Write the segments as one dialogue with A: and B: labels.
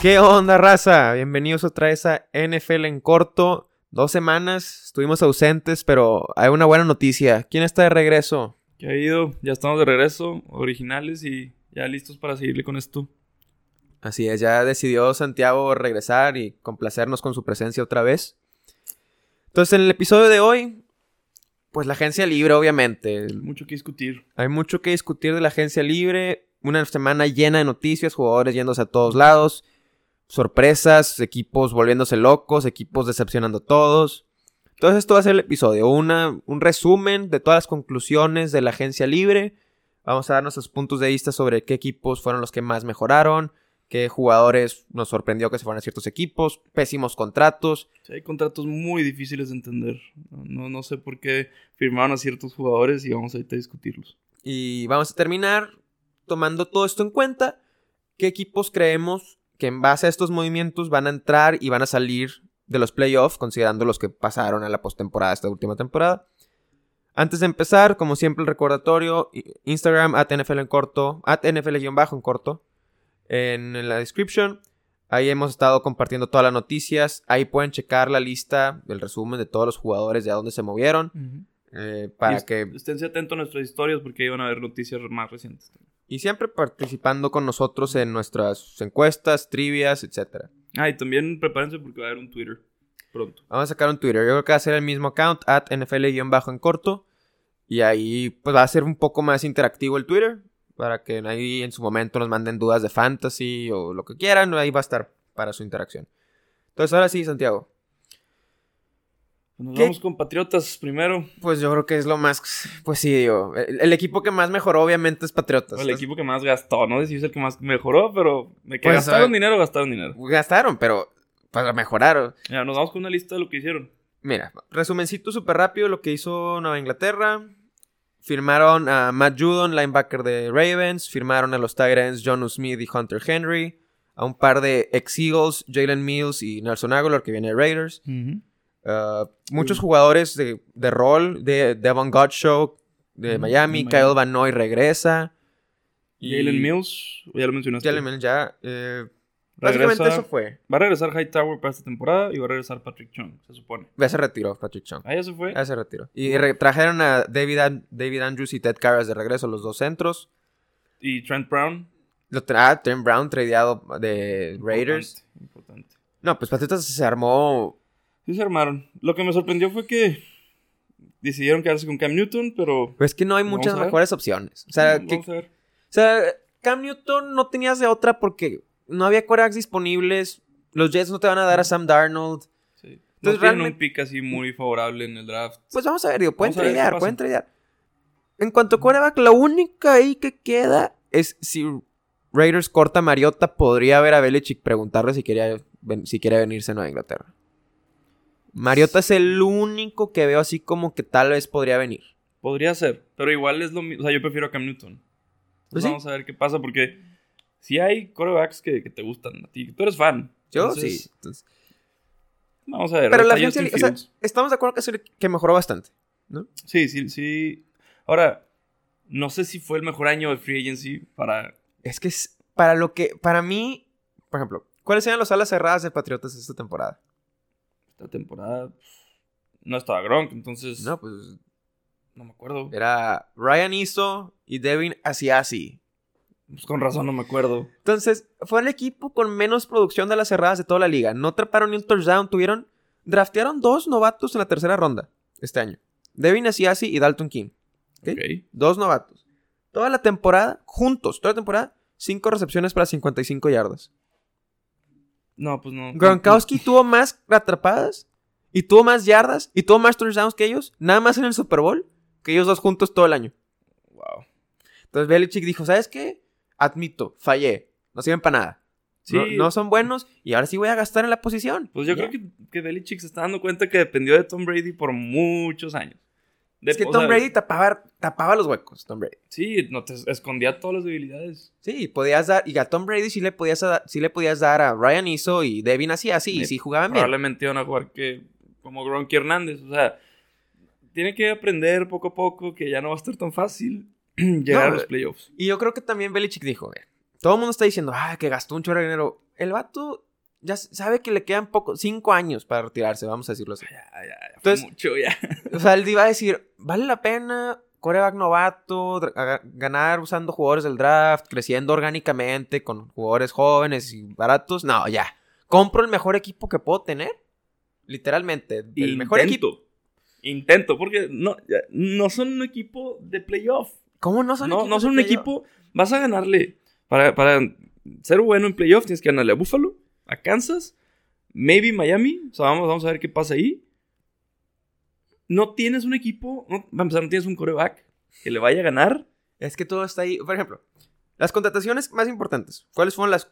A: ¿Qué onda, raza? Bienvenidos otra vez a NFL en corto. Dos semanas, estuvimos ausentes, pero hay una buena noticia. ¿Quién está de regreso?
B: ¿Qué ha ido? Ya estamos de regreso, originales y ya listos para seguirle con esto.
A: Así es, ya decidió Santiago regresar y complacernos con su presencia otra vez. Entonces, en el episodio de hoy, pues la agencia libre, obviamente.
B: Mucho que discutir.
A: Hay mucho que discutir de la agencia libre. Una semana llena de noticias, jugadores yéndose a todos lados, sorpresas, equipos volviéndose locos, equipos decepcionando a todos. Entonces esto va a ser el episodio, una, un resumen de todas las conclusiones de la agencia libre. Vamos a dar nuestros puntos de vista sobre qué equipos fueron los que más mejoraron, qué jugadores nos sorprendió que se fueran a ciertos equipos, pésimos contratos.
B: Sí, hay contratos muy difíciles de entender. No, no sé por qué firmaron a ciertos jugadores y vamos ahorita a discutirlos.
A: Y vamos a terminar tomando todo esto en cuenta, qué equipos creemos que en base a estos movimientos van a entrar y van a salir de los playoffs, considerando los que pasaron a la postemporada esta última temporada. Antes de empezar, como siempre, el recordatorio: Instagram, at NFL en corto, at NFL-en corto, en la description. Ahí hemos estado compartiendo todas las noticias. Ahí pueden checar la lista, el resumen de todos los jugadores, de a dónde se movieron. eh, para
B: Y est-
A: que.
B: Esténse atentos a nuestras historias porque ahí van a haber noticias más recientes.
A: Y siempre participando con nosotros en nuestras encuestas, trivias, etcétera.
B: Ah, y también prepárense porque va a haber un Twitter pronto.
A: Vamos a sacar un Twitter. Yo creo que va a ser el mismo account, at NFL-en corto. Y ahí pues va a ser un poco más interactivo el Twitter. Para que ahí en su momento nos manden dudas de fantasy o lo que quieran. Ahí va a estar para su interacción. Entonces ahora sí, Santiago.
B: Pues Nos
A: ¿Qué?
B: vamos con Patriotas primero.
A: Pues yo creo que es lo más... Pues sí, digo. El, el equipo que más mejoró obviamente es Patriotas.
B: El equipo que más gastó, no sé si es el que más mejoró, pero de que
A: Pues,
B: gastaron
A: ah,
B: dinero, gastaron dinero.
A: Gastaron, pero para mejoraron.
B: Mira, nos vamos con una lista de lo que hicieron.
A: Mira, resumencito súper rápido lo que hizo Nueva Inglaterra. Firmaron a Matt Judon, linebacker de Ravens. Firmaron a los Tyrants John Smith y Hunter Henry. A un par de ex-Eagles, Jalen Mills y Nelson Aguilar, que viene de Raiders. Uh, muchos
B: Sí.
A: jugadores de, de rol, de Devon Godshow de
B: Mm,
A: Miami.
B: de Miami.
A: Kyle Van Noy regresa. Y
B: Jalen Mills, ya lo mencionaste.
A: Jalen Mills ya. eh,
B: Regresa-
A: básicamente eso fue.
B: Va a regresar Hightower para esta temporada y va a regresar Patrick Chung, se supone.
A: Ya se retiró Patrick Chung.
B: Ah, ya se fue.
A: Ya se retiró. Y re- trajeron a David, An- David Andrews y Ted Carras de regreso, los dos centros.
B: Y Trent Brown.
A: Lo tra ah, Trent Brown tradeado de Raiders.
B: Importante, importante.
A: No, pues Patriotas se armó.
B: Sí se armaron. Lo que me sorprendió fue que decidieron quedarse con Cam Newton, pero...
A: Pues es que no hay
B: Vamos
A: muchas
B: a ver.
A: mejores opciones. O sea,
B: vamos
A: que-
B: a ver.
A: o sea, Cam Newton no tenías de otra porque no había quarterbacks disponibles. Los Jets no te van a dar a Sam Darnold.
B: Sí. No
A: Entonces,
B: tienen
A: realmente-
B: un pick así muy favorable en el draft.
A: Pues vamos a ver, digo, pueden
B: Vamos a ver qué
A: tradear,
B: pasa.
A: pueden tradear. En cuanto a quarterback, la única ahí que queda es si Raiders corta a Mariota, podría ver a Belichick preguntarle si quería, ven- si quiere venirse a Nueva Inglaterra. Mariota es el único que veo así como que tal vez podría venir.
B: Podría ser, pero igual es lo mismo. O sea, yo prefiero a Cam Newton.
A: Pues
B: Pues
A: sí.
B: vamos a ver qué pasa, porque si hay corebacks que, que te gustan a ti, tú eres fan.
A: Yo
B: Entonces,
A: sí. Entonces,
B: Vamos a ver.
A: pero la
B: está
A: agencia,
B: Justin
A: o sea,
B: Fields.
A: estamos de acuerdo que, es el que mejoró bastante.
B: Sí, sí, sí. Ahora, no sé si fue el mejor año de Free Agency para.
A: Es que es- para lo que, para mí, por ejemplo, ¿cuáles eran las alas cerradas de Patriotas esta temporada?
B: Esta temporada no estaba Gronk, entonces
A: No,
B: no,
A: pues
B: me acuerdo.
A: Era Ryan Iso y Devin Asiasi.
B: Pues con razón no me acuerdo.
A: Entonces, fue el equipo con menos producción de las cerradas de toda la liga. No atraparon ni un touchdown. Tuvieron. Draftearon dos novatos en la tercera ronda este año. Devin Asiasi y Dalton King. ¿Qué?
B: Ok.
A: Dos novatos. Toda la temporada, juntos, toda la temporada, cinco recepciones para 55 yardas.
B: No, pues no.
A: Gronkowski tuvo más atrapadas y tuvo más yardas y tuvo más touchdowns que ellos, nada más en el Super Bowl, que ellos dos juntos todo el año.
B: Wow.
A: Entonces Belichick dijo, ¿sabes qué? Admito, fallé. No sirven para nada.
B: Sí.
A: No, no son buenos y ahora sí voy a gastar en la posición.
B: Pues yo
A: Ya.
B: creo que, que Belichick se está dando cuenta que dependió de Tom Brady por muchos años. De-
A: Es que
B: o
A: Tom
B: sea,
A: Brady tapaba, tapaba los huecos, Tom Brady.
B: Sí, no te escondía todas las debilidades.
A: Sí, podías dar... Y a Tom Brady sí le podías, a- sí le podías dar a Ryan Iso y Devin así, así. Y
B: Sí,
A: sí jugaban bien.
B: Probablemente iban a jugar que, como Gronky Hernández. O sea, tiene que aprender poco a poco que ya no va a estar tan fácil llegar
A: No, eh,
B: a los playoffs.
A: Y yo creo que también Belichick dijo, "Ve, Todo el mundo está diciendo, ah, que gastó un chorro de dinero. El vato ya s- sabe que le quedan poco, cinco años para retirarse, vamos a decirlo así.
B: Ya, ya, ya, fue
A: Entonces-
B: mucho, ya.
A: O sea, él iba a decir, vale la pena coreback novato, dra- aga- ganar usando jugadores del draft, creciendo orgánicamente con jugadores jóvenes y baratos. No, ya. Compro el mejor equipo que puedo tener. Literalmente, el mejor equipo.
B: Intento, porque no, ya, no son un equipo de playoff.
A: ¿Cómo no son
B: No,
A: equipos
B: no son un
A: de playoff?
B: equipo. Vas a ganarle. Para, para ser bueno en playoff, tienes que ganarle a Buffalo, a Kansas, maybe Miami. O sea, vamos, vamos a ver qué pasa ahí. No tienes un equipo. No, para empezar, no tienes un coreback que le vaya a ganar.
A: Es que todo está ahí. Por ejemplo, las contrataciones más importantes. ¿Cuáles fueron las,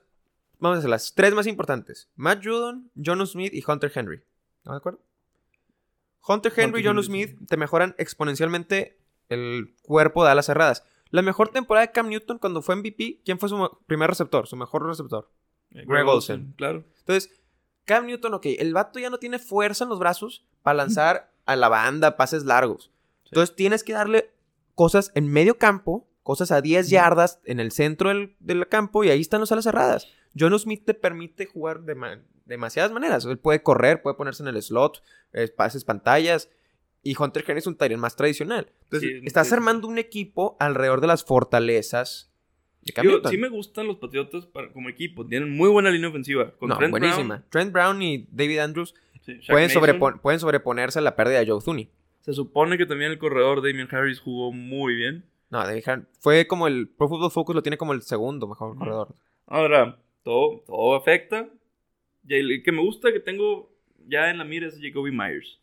A: vamos a decir, las tres más importantes? Matt Judon, John Smith y Hunter Henry. ¿No de acuerdo? Hunter Henry y
B: Hunter
A: John
B: Henry, sí.
A: Smith te mejoran exponencialmente el cuerpo de alas cerradas. La mejor temporada de Cam Newton cuando fue MVP, ¿quién fue su mo- primer receptor? Su mejor receptor. Greg Olsen.
B: Claro.
A: Entonces, Cam Newton, ok, el vato ya no tiene fuerza en los brazos para lanzar a la banda pases largos. Entonces, tienes que darle cosas en medio campo, cosas a 10
B: Ujú.
A: yardas en el centro del, del campo y ahí están las alas cerradas. John Smith te permite jugar de ma- demasiadas maneras. Él puede correr, puede ponerse en el slot, eh, pases pantallas. Y Hunter Henry es un Tyrion más tradicional. Entonces,
B: Sí, es muy
A: estás
B: tradicional.
A: armando un equipo alrededor de las fortalezas de Cam
B: Yo-
A: Newton.
B: sí me gustan los Patriotas para- como equipo. Tienen muy buena línea ofensiva. Con
A: No,
B: Trent Brown,
A: buenísima. Trent Brown y David Andrews
B: sí, Shaq
A: pueden,
B: Mason.
A: sobrepon- pueden sobreponerse a la pérdida de Joe Thuney.
B: Se supone que también el corredor Damien Harris jugó muy bien.
A: No, David Har- fue como el Pro Football Focus lo tiene como el segundo mejor
B: Ujú.
A: corredor.
B: Ahora, todo, todo afecta. Y el que me gusta que tengo ya en la mira es Jacoby Myers.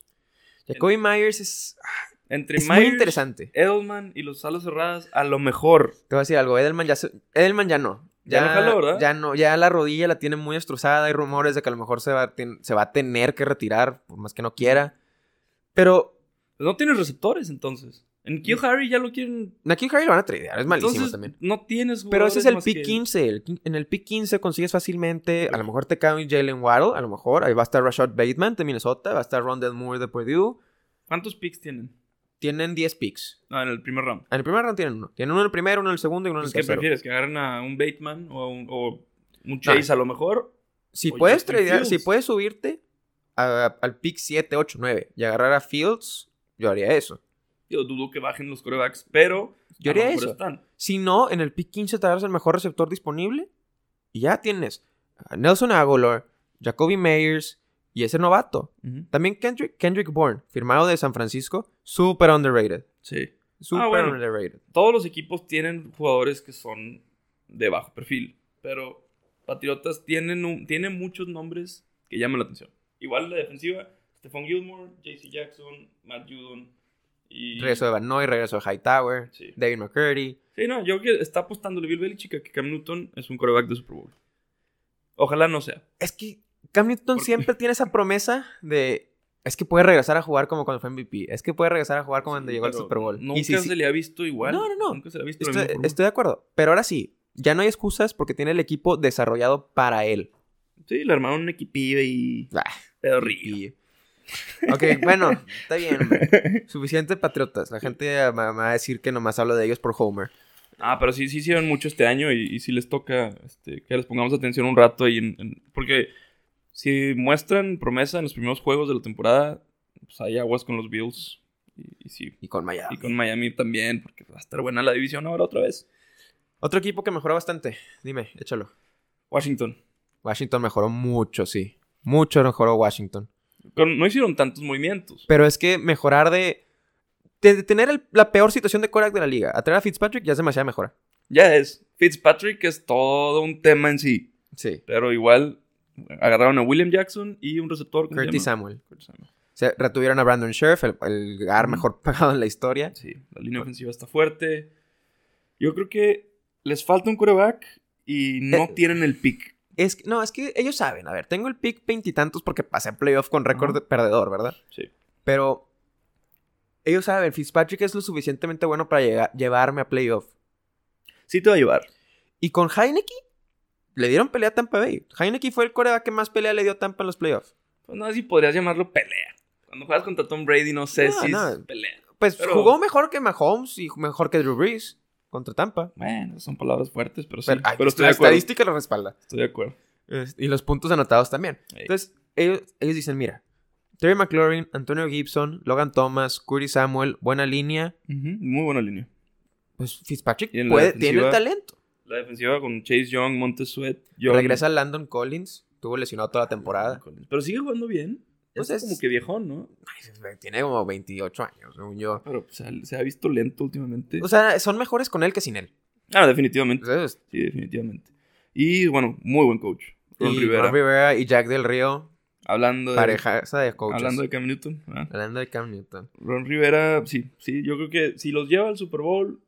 A: Jacoby Myers es, ah,
B: Entre
A: es muy
B: Myers,
A: interesante.
B: Edelman y los alas cerradas, a lo mejor.
A: Te voy a decir algo, Edelman ya, se- Edelman ya no.
B: Ya no jaló, ¿verdad?
A: ya no, ya la rodilla la tiene muy destrozada. Hay rumores de que a lo mejor se va, a ten- se va a tener que retirar, por más que no quiera. Pero
B: Pues no tiene receptores entonces. En Kill Harry ya lo quieren.
A: Naki Harry lo van a tradear, es Mm. malísimo
B: entonces,
A: también.
B: No tienes
A: Pero ese es el
B: jugadores más
A: pick
B: que-
A: 15. el quin- en el pick 15 consigues fácilmente. A lo mejor te cae un Jalen Waddle. A lo mejor. Ahí va a estar Rashad Bateman de Minnesota. Va a estar Rondell Moore de Purdue.
B: ¿Cuántos picks tienen?
A: Tienen 10 picks.
B: Ah, en el primer round.
A: En el primer round tienen uno. Tienen uno en el primero, uno en el segundo y uno en el
B: Pues, ¿Qué
A: tercero.
B: prefieres? ¿Que agarren a un Bateman o, a un, o un Chase a lo mejor?
A: Si
B: O
A: puedes
B: Justin
A: tradear-
B: Fields.
A: si puedes subirte a- al pick 7, 8, 9 y agarrar a Fields, yo haría eso.
B: Yo dudo que bajen los corebacks, pero.
A: Yo
B: a lo
A: haría
B: mejor
A: eso.
B: están.
A: Si no, en el pick 15 te agarras el mejor receptor disponible y ya tienes a Nelson Aguilar, Jacoby Meyers y ese novato. También Kendrick, Kendrick Bourne, firmado de San Francisco, super underrated.
B: Sí.
A: Super
B: Ah, bueno.
A: underrated.
B: todos los equipos tienen jugadores que son de bajo perfil, pero Patriotas tienen, un- tienen muchos nombres que llaman la atención. Igual la defensiva, Stephon Gilmore, JC Jackson, Matt Judon y...
A: Regreso de Van Noy, regreso de Hightower,
B: Sí.
A: David McCurdy.
B: Sí, no, yo creo que está apostándole Bill Belichick a que Cam Newton es un coreback de Super Bowl. Ojalá no sea.
A: Es que Cam Newton
B: ¿Por qué?
A: siempre tiene esa promesa de. Es que puede regresar a jugar como cuando fue MVP. Es que puede regresar a jugar como cuando
B: Sí,
A: llegó al
B: pero
A: Super Bowl.
B: Nunca
A: Y si-
B: se le ha visto igual.
A: No, no, no.
B: Nunca se le ha visto
A: estoy,
B: en el mismo
A: estoy de acuerdo. Pero ahora sí, ya no hay excusas porque tiene el equipo desarrollado para él.
B: Bowl. Sí, le armaron un equipillo y...
A: Ah,
B: Pedorrillo.
A: Y- Ok, bueno, está bien. hombre. Suficiente patriotas. La gente me me va a decir que nomás hablo de ellos por Homer.
B: Ah, pero sí, sí hicieron mucho este año y, y sí les toca este, que les pongamos atención un rato. ahí en- en- porque si muestran promesa en los primeros juegos de la temporada, pues hay aguas con los Bills y, y sí.
A: Y con Miami.
B: Y con Miami también, porque va a estar buena la división ahora otra vez.
A: Otro equipo que mejoró bastante. Dime, échalo.
B: Washington.
A: Washington mejoró mucho, sí. Mucho mejoró Washington.
B: Con- no hicieron tantos movimientos.
A: Pero es que mejorar de. De de tener el- la peor situación de Korak de la liga. Atraer a Fitzpatrick ya es demasiada mejora.
B: Ya es. Fitzpatrick es todo un tema en sí.
A: Sí.
B: Pero igual agarraron a William Jackson y un receptor. ¿cómo se
A: Curtis
B: llama?
A: Samuel.
B: Curtis Samuel.
A: Se retuvieron a Brandon Scherf, el, el guard mejor pagado en la historia.
B: Sí, la línea ofensiva está fuerte. Yo creo que les falta un coreback y no
A: Eh.
B: tienen el pick.
A: Es que- no, es que ellos saben. A ver, tengo el pick veintitantos porque pasé a playoff con récord de perdedor, ¿verdad?
B: Sí.
A: Pero ellos saben, Fitzpatrick es lo suficientemente bueno para llega- llevarme a playoff.
B: Sí te va a llevar.
A: Y con Heineke le dieron pelea a Tampa Bay. Heineke fue el coreback que más pelea le dio a Tampa en los playoffs.
B: Pues no sé si podrías llamarlo pelea. Cuando juegas contra Tom Brady no sé
A: No,
B: si es
A: no.
B: pelea.
A: Pues
B: Pero-
A: jugó mejor que Mahomes y mejor que Drew Brees. contra Tampa.
B: Bueno, son palabras fuertes, pero sí.
A: Pero,
B: Pero,
A: ay,
B: estoy
A: la
B: de acuerdo.
A: estadística lo respalda.
B: Estoy de acuerdo.
A: Es- Y los puntos anotados también.
B: Ey.
A: Entonces, ellos, ellos dicen, mira, Terry McLaurin, Antonio Gibson, Logan Thomas, Curtis Samuel, buena línea.
B: Ujú, Muy buena línea.
A: Pues Fitzpatrick
B: Y en la
A: puede, tiene el
B: defensiva,
A: talento.
B: La defensiva con Chase Young, Montez Sweat, Young.
A: Regresa Landon Collins, estuvo lesionado toda la temporada.
B: Pero sigue jugando bien.
A: Pues
B: Está
A: es-
B: como que viejón, ¿no?
A: Ay, tiene como 28 años, según yo.
B: Pero pues, se- se ha visto lento últimamente.
A: O sea, son mejores con él que sin él.
B: ah, definitivamente.
A: Entonces,
B: Sí, definitivamente. Y bueno, muy buen coach. Ron
A: y
B: Rivera.
A: Ron Rivera y Jack del Río,
B: Hablando de,
A: pareja esa de coaches.
B: hablando de Cam Newton. ¿verdad?
A: Hablando de Cam Newton.
B: Ron Rivera, sí, sí, yo creo que si los lleva al Super Bowl,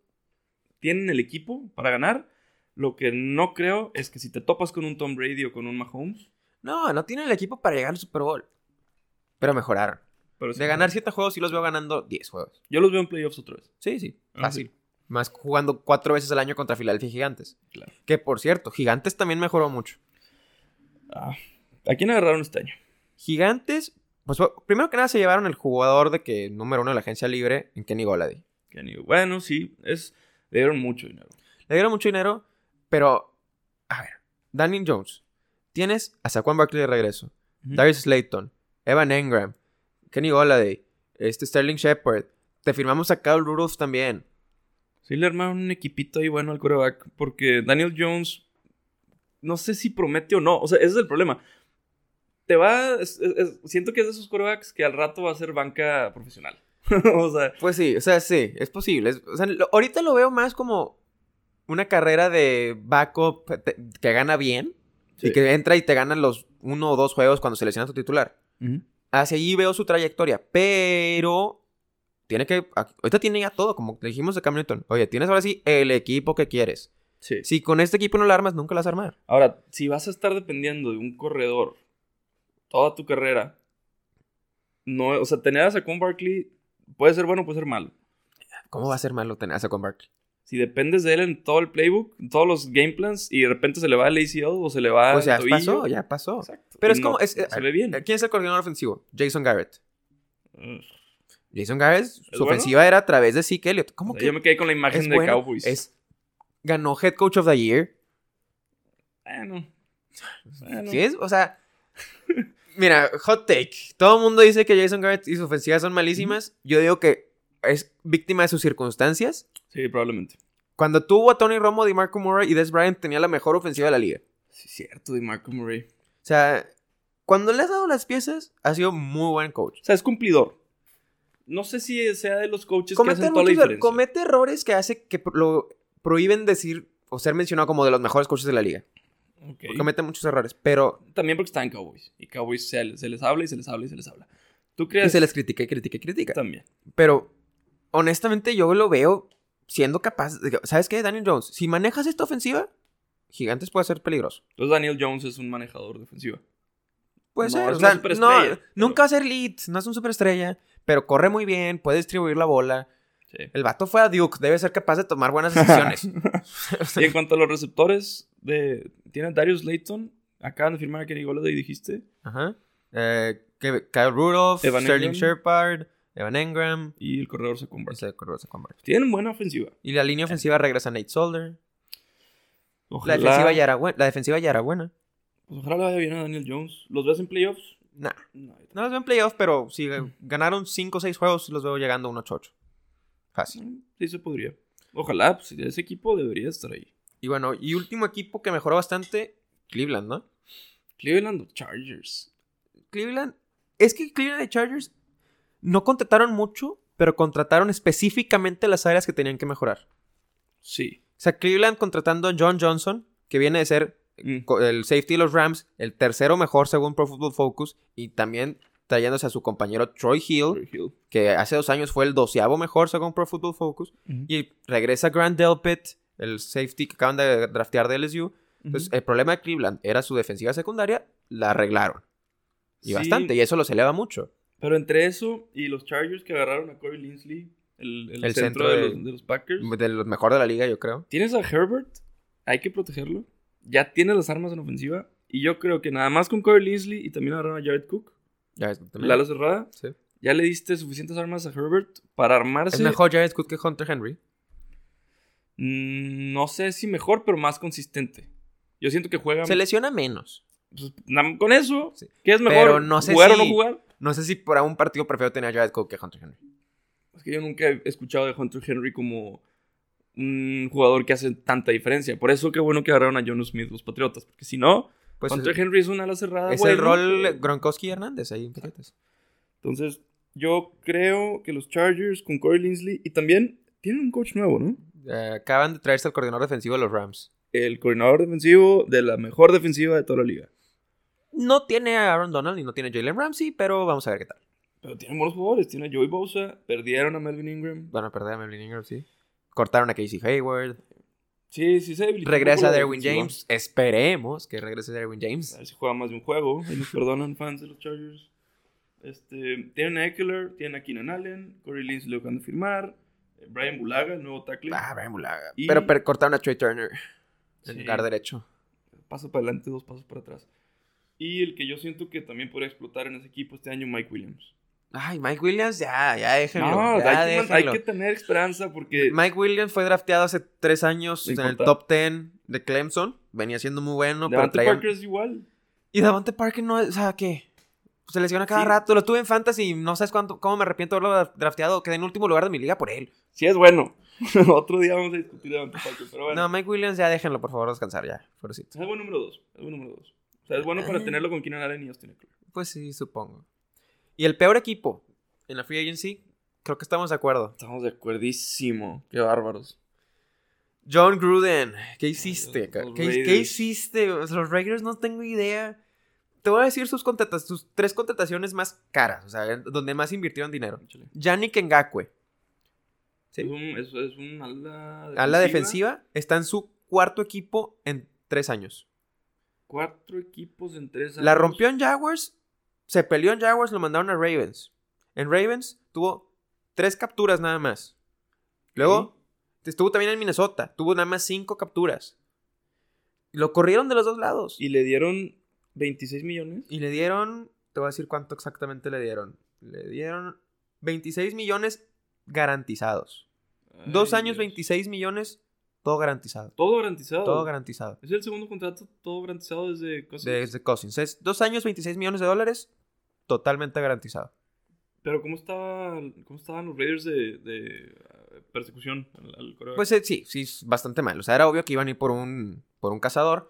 B: tienen el equipo para ganar. Lo que no creo es que si te topas con un Tom Brady o con un Mahomes,
A: No, no tienen el equipo para llegar al Super Bowl. Pero mejoraron.
B: pero Pues sí,
A: De ganar 7 juegos, sí los veo ganando 10 juegos.
B: yo los veo en playoffs otra vez.
A: Sí, sí,
B: Ah,
A: fácil. Más jugando cuatro veces al año contra Filadelfia y Gigantes.
B: Claro.
A: Que por cierto, Gigantes también mejoró mucho.
B: Ah, ¿A quién agarraron este año?
A: Gigantes, pues bueno, primero que nada se llevaron el jugador de que número uno de la agencia libre, en Kenny Golady.
B: Kenny- Bueno, sí, es, le dieron mucho dinero.
A: Le dieron mucho dinero, pero, a ver, Daniel Jones. Tienes a Saquon Barkley de regreso,
B: Ujú.
A: Darius Slayton, Evan Engram, Kenny Goladay, este Sterling Shepard. Te firmamos a Kyle Rudolph también.
B: Sí, le armaron un equipito ahí bueno al quarterback. Porque Daniel Jones, no sé si promete o no. O sea, ese es el problema. Te va. es- es- es- siento que es de esos quarterbacks que al rato va a ser banca profesional. o sea,
A: Pues sí, o sea, sí, es posible. Es- o sea, lo- ahorita lo veo más como una carrera de backup te- que gana bien y
B: Sí.
A: que entra y te ganan los uno o dos juegos cuando seleccionas tu titular. Hacia allí veo su trayectoria, pero tiene que. a- Ahorita tiene ya todo, como le dijimos de Cam Newton. Oye, tienes ahora sí el equipo que quieres.
B: sí.
A: Si con este equipo no lo armas, nunca lo vas a armar.
B: Ahora, si vas a estar dependiendo de un corredor toda tu carrera, no, o sea, tener a Saquon Barkley puede ser bueno, puede ser malo.
A: ¿Cómo va a ser malo tener a Saquon Barkley?
B: Si dependes de él en todo el playbook, en todos los game plans, y de repente se le va el ACL o se le va
A: Pues ya
B: el tobillo.
A: pasó, ya pasó.
B: Exacto.
A: Pero
B: Y
A: es como- es- eh,
B: se ve bien.
A: ¿Quién es el coordinador ofensivo? Jason Garrett.
B: Mm.
A: Jason Garrett, su
B: bueno?
A: ofensiva era a través de Zeke Elliott. ¿Cómo
B: O sea,
A: que
B: Yo me quedé con la imagen
A: es
B: de
A: bueno?
B: Cowboys.
A: Es- ganó Head Coach of the Year.
B: Bueno. Bueno.
A: ¿Sí es? O sea, mira, hot take. Todo el mundo dice que Jason Garrett y sus ofensivas son malísimas. Yo digo que es víctima de sus circunstancias.
B: Sí, probablemente.
A: Cuando tuvo a Tony Romo, DeMarco Murray y Des Bryant, tenía la mejor ofensiva de la liga.
B: Sí, cierto, de Marco Murray.
A: O sea, cuando le has dado las piezas, ha sido muy buen coach.
B: O sea, es cumplidor. No sé si sea de los coaches
A: Comete,
B: que hacen toda la
A: muchos er-
B: diferencia.
A: comete errores que hace que pro- lo prohíben decir o ser mencionado como de los mejores coaches de la liga.
B: Ok.
A: Comete muchos errores, pero
B: También porque está en Cowboys. Y Cowboys se, le- se les habla y se les habla y se les habla. ¿Tú
A: y
B: crees?
A: se les critica y critica y critica.
B: También.
A: Pero honestamente yo lo veo siendo capaz. de- ¿Sabes qué, Daniel Jones? Si manejas esta ofensiva, Gigantes puede ser peligroso.
B: Entonces Daniel Jones es un manejador defensivo.
A: Puede
B: No,
A: ser.
B: es
A: o
B: una
A: sea, no,
B: superestrella, pero-
A: Nunca va a ser lead, no es un superestrella, pero corre muy bien, puede distribuir la bola.
B: Sí.
A: El vato fue a Duke, debe ser capaz de tomar buenas decisiones.
B: y en cuanto a los receptores, de... tiene a Darius Layton. Acaban de firmar a Kenny Golladay, dijiste.
A: Ajá. Eh, Ke- Kyle Rudolph,
B: Evan
A: Sterling
B: Engram.
A: Shepard, Evan Engram.
B: Y el corredor se conversa.
A: ese corredor se compra.
B: Tienen buena ofensiva.
A: Y la línea ofensiva regresa Nate Solder. La
B: Eh. Ojalá,
A: defensiva ya era buena. La defensiva ya era buena.
B: pues ojalá le vaya bien a Daniel Jones. ¿Los ves en playoffs?
A: Nah.
B: No,
A: No los veo en playoff, pero si
B: Mm.
A: ganaron 5 o 6 juegos, los veo llegando a un 8-8. Fácil.
B: Mm, Sí, se podría. Ojalá, pues, ese equipo debería estar ahí.
A: Y bueno, y último equipo que mejoró bastante, Cleveland, ¿no?
B: Cleveland Chargers.
A: Cleveland. Es que Cleveland y Chargers no contrataron mucho, pero contrataron específicamente las áreas que tenían que mejorar.
B: Sí.
A: O sea, Cleveland contratando a John Johnson, que viene de ser
B: Mm.
A: co- el safety de los Rams, el tercero mejor según Pro Football Focus, y también trayéndose a su compañero Troy Hill,
B: Corey Hill.
A: que hace dos años fue el doceavo mejor según Pro Football Focus. Y regresa Grant Delpit, el safety que acaban de draftear de LSU.
B: pues,
A: Entonces, el problema de Cleveland era su defensiva secundaria, la arreglaron. Y
B: Sí,
A: bastante, y eso los eleva mucho.
B: Pero entre eso y los Chargers que agarraron a Corey Linsley, el, el
A: El centro
B: centro, de,
A: de-
B: los, de los Packers.
A: De los mejor de la liga, yo creo.
B: Tienes a Herbert, hay que protegerlo. Ya tiene las armas en ofensiva. Y yo creo que nada más con Corey Linsley y también agarraron a Jared Cook,
A: Ya ves, también.
B: la ala cerrada.
A: Sí.
B: Ya Ah, le diste suficientes armas a Herbert para armarse.
A: Es mejor Jared Cook que Hunter Henry.
B: mm, no sé si mejor, pero más consistente. Yo siento que juega
A: Se lesiona menos.
B: pues, na- con eso.
A: Sí.
B: ¿Qué es mejor?
A: Pero no sé
B: ¿Jugar o no
A: si-
B: jugar?
A: No sé si para un partido prefiero tener a Jared Cook que a Hunter Henry.
B: Es que yo nunca he escuchado de Hunter Henry como un jugador que hace tanta diferencia. Por eso qué bueno que agarraron a John Smith los Patriotas. Porque si no,
A: Pues
B: Hunter
A: es,
B: Henry es una ala cerrada.
A: es
B: güey,
A: el
B: ¿no?
A: rol eh, Gronkowski y Hernández ahí en Patriotas.
B: Entonces, yo creo que los Chargers con Corey Linsley y también tienen un coach nuevo, ¿no?
A: Eh, acaban de traerse al coordinador defensivo de los Rams.
B: El coordinador defensivo de la mejor defensiva de toda la liga.
A: No tiene a Aaron Donald y no tiene a Jalen Ramsey, pero vamos a ver qué tal.
B: Pero tienen buenos jugadores. Tienen a Joey Bosa, perdieron a Melvin Ingram.
A: Van a perder a Melvin Ingram, sí. Cortaron a Casey Hayward.
B: Sí, sí se debilitó un poco
A: Regresa
B: la
A: Derwin
B: defensiva.
A: James. Esperemos que regrese Derwin
B: A
A: James.
B: ver si juega más de un juego. Ahí nos perdonan fans de los Chargers. Este, tienen a Eckler, tienen a Keenan Allen, Corey Linsley lo acaban de firmar, eh, Brian Bulaga, el nuevo tackle.
A: Ah, Brian Bulaga.
B: Y-
A: Pero, per- cortaron a Trey Turner en
B: Sí.
A: lugar derecho.
B: Paso para adelante, dos pasos para atrás. Y el que yo siento que también podría explotar en ese equipo este año, Mike Williams.
A: Ay, Mike Williams, ya, ya déjenlo.
B: No,
A: ya
B: hay, que, hay
A: déjenlo.
B: que tener esperanza porque
A: Mike Williams fue drafteado hace tres años
B: Sin
A: en el
B: contar.
A: top 10 de Clemson. Venía siendo muy bueno. pero
B: Davante
A: traían-
B: Parker es igual.
A: Y Davante Parker no, es- o sea, ¿qué? Se lesiona cada
B: Sí.
A: rato. Lo tuve en Fantasy y no sabes cuánto, cómo me arrepiento de haberlo drafteado. Quedé en último lugar de mi liga por él.
B: Sí es bueno. Otro día vamos a discutir de Davante Parker, pero bueno.
A: No, Mike Williams, ya déjenlo, por favor, descansar ya. pobrecito.
B: Es algo número dos. Es algo número dos. O sea, es bueno
A: Ah.
B: para tenerlo con Keenan Allen y Austin Eckler.
A: Pues sí, supongo. Y el peor equipo en la Free Agency, creo que estamos de acuerdo.
B: Estamos de acuerdísimo. Qué bárbaros.
A: John Gruden, ¿qué hiciste?
B: los-
A: ca-
B: los
A: ¿Qué, qué
B: Raiders.
A: hiciste? O sea, Los Raiders no tengo idea. Te voy a decir sus, contrata- sus tres contrataciones más caras, o sea, en- donde más invirtieron dinero.
B: Échale.
A: Yannick Ngakwe, Sí.
B: Es, un, es, es un ala defensiva.
A: a la defensiva, está en su cuarto equipo en tres años.
B: Cuatro equipos en tres años.
A: La rompió en Jaguars, se peleó en Jaguars, lo mandaron a Ravens. En Ravens tuvo tres capturas nada más. Luego estuvo también en Minnesota, tuvo nada más cinco capturas. Lo corrieron de los dos lados.
B: Y le dieron 26 millones.
A: Y le dieron, te voy a decir cuánto exactamente le dieron. Le dieron 26 millones garantizados. Dos
B: Ay,
A: años,
B: Dios.
A: 26 millones, todo garantizado.
B: Todo garantizado.
A: Todo garantizado.
B: Es el segundo contrato todo garantizado desde cosas.
A: Desde Cousins. Es dos años, 26 millones de dólares, totalmente garantizado.
B: Pero ¿cómo, estaba, ¿cómo estaban los Raiders de, de, ah, persecución al, al coreback?
A: Pues eh, sí, sí, es bastante mal. O sea, era obvio que iban a ir por un, por un cazador.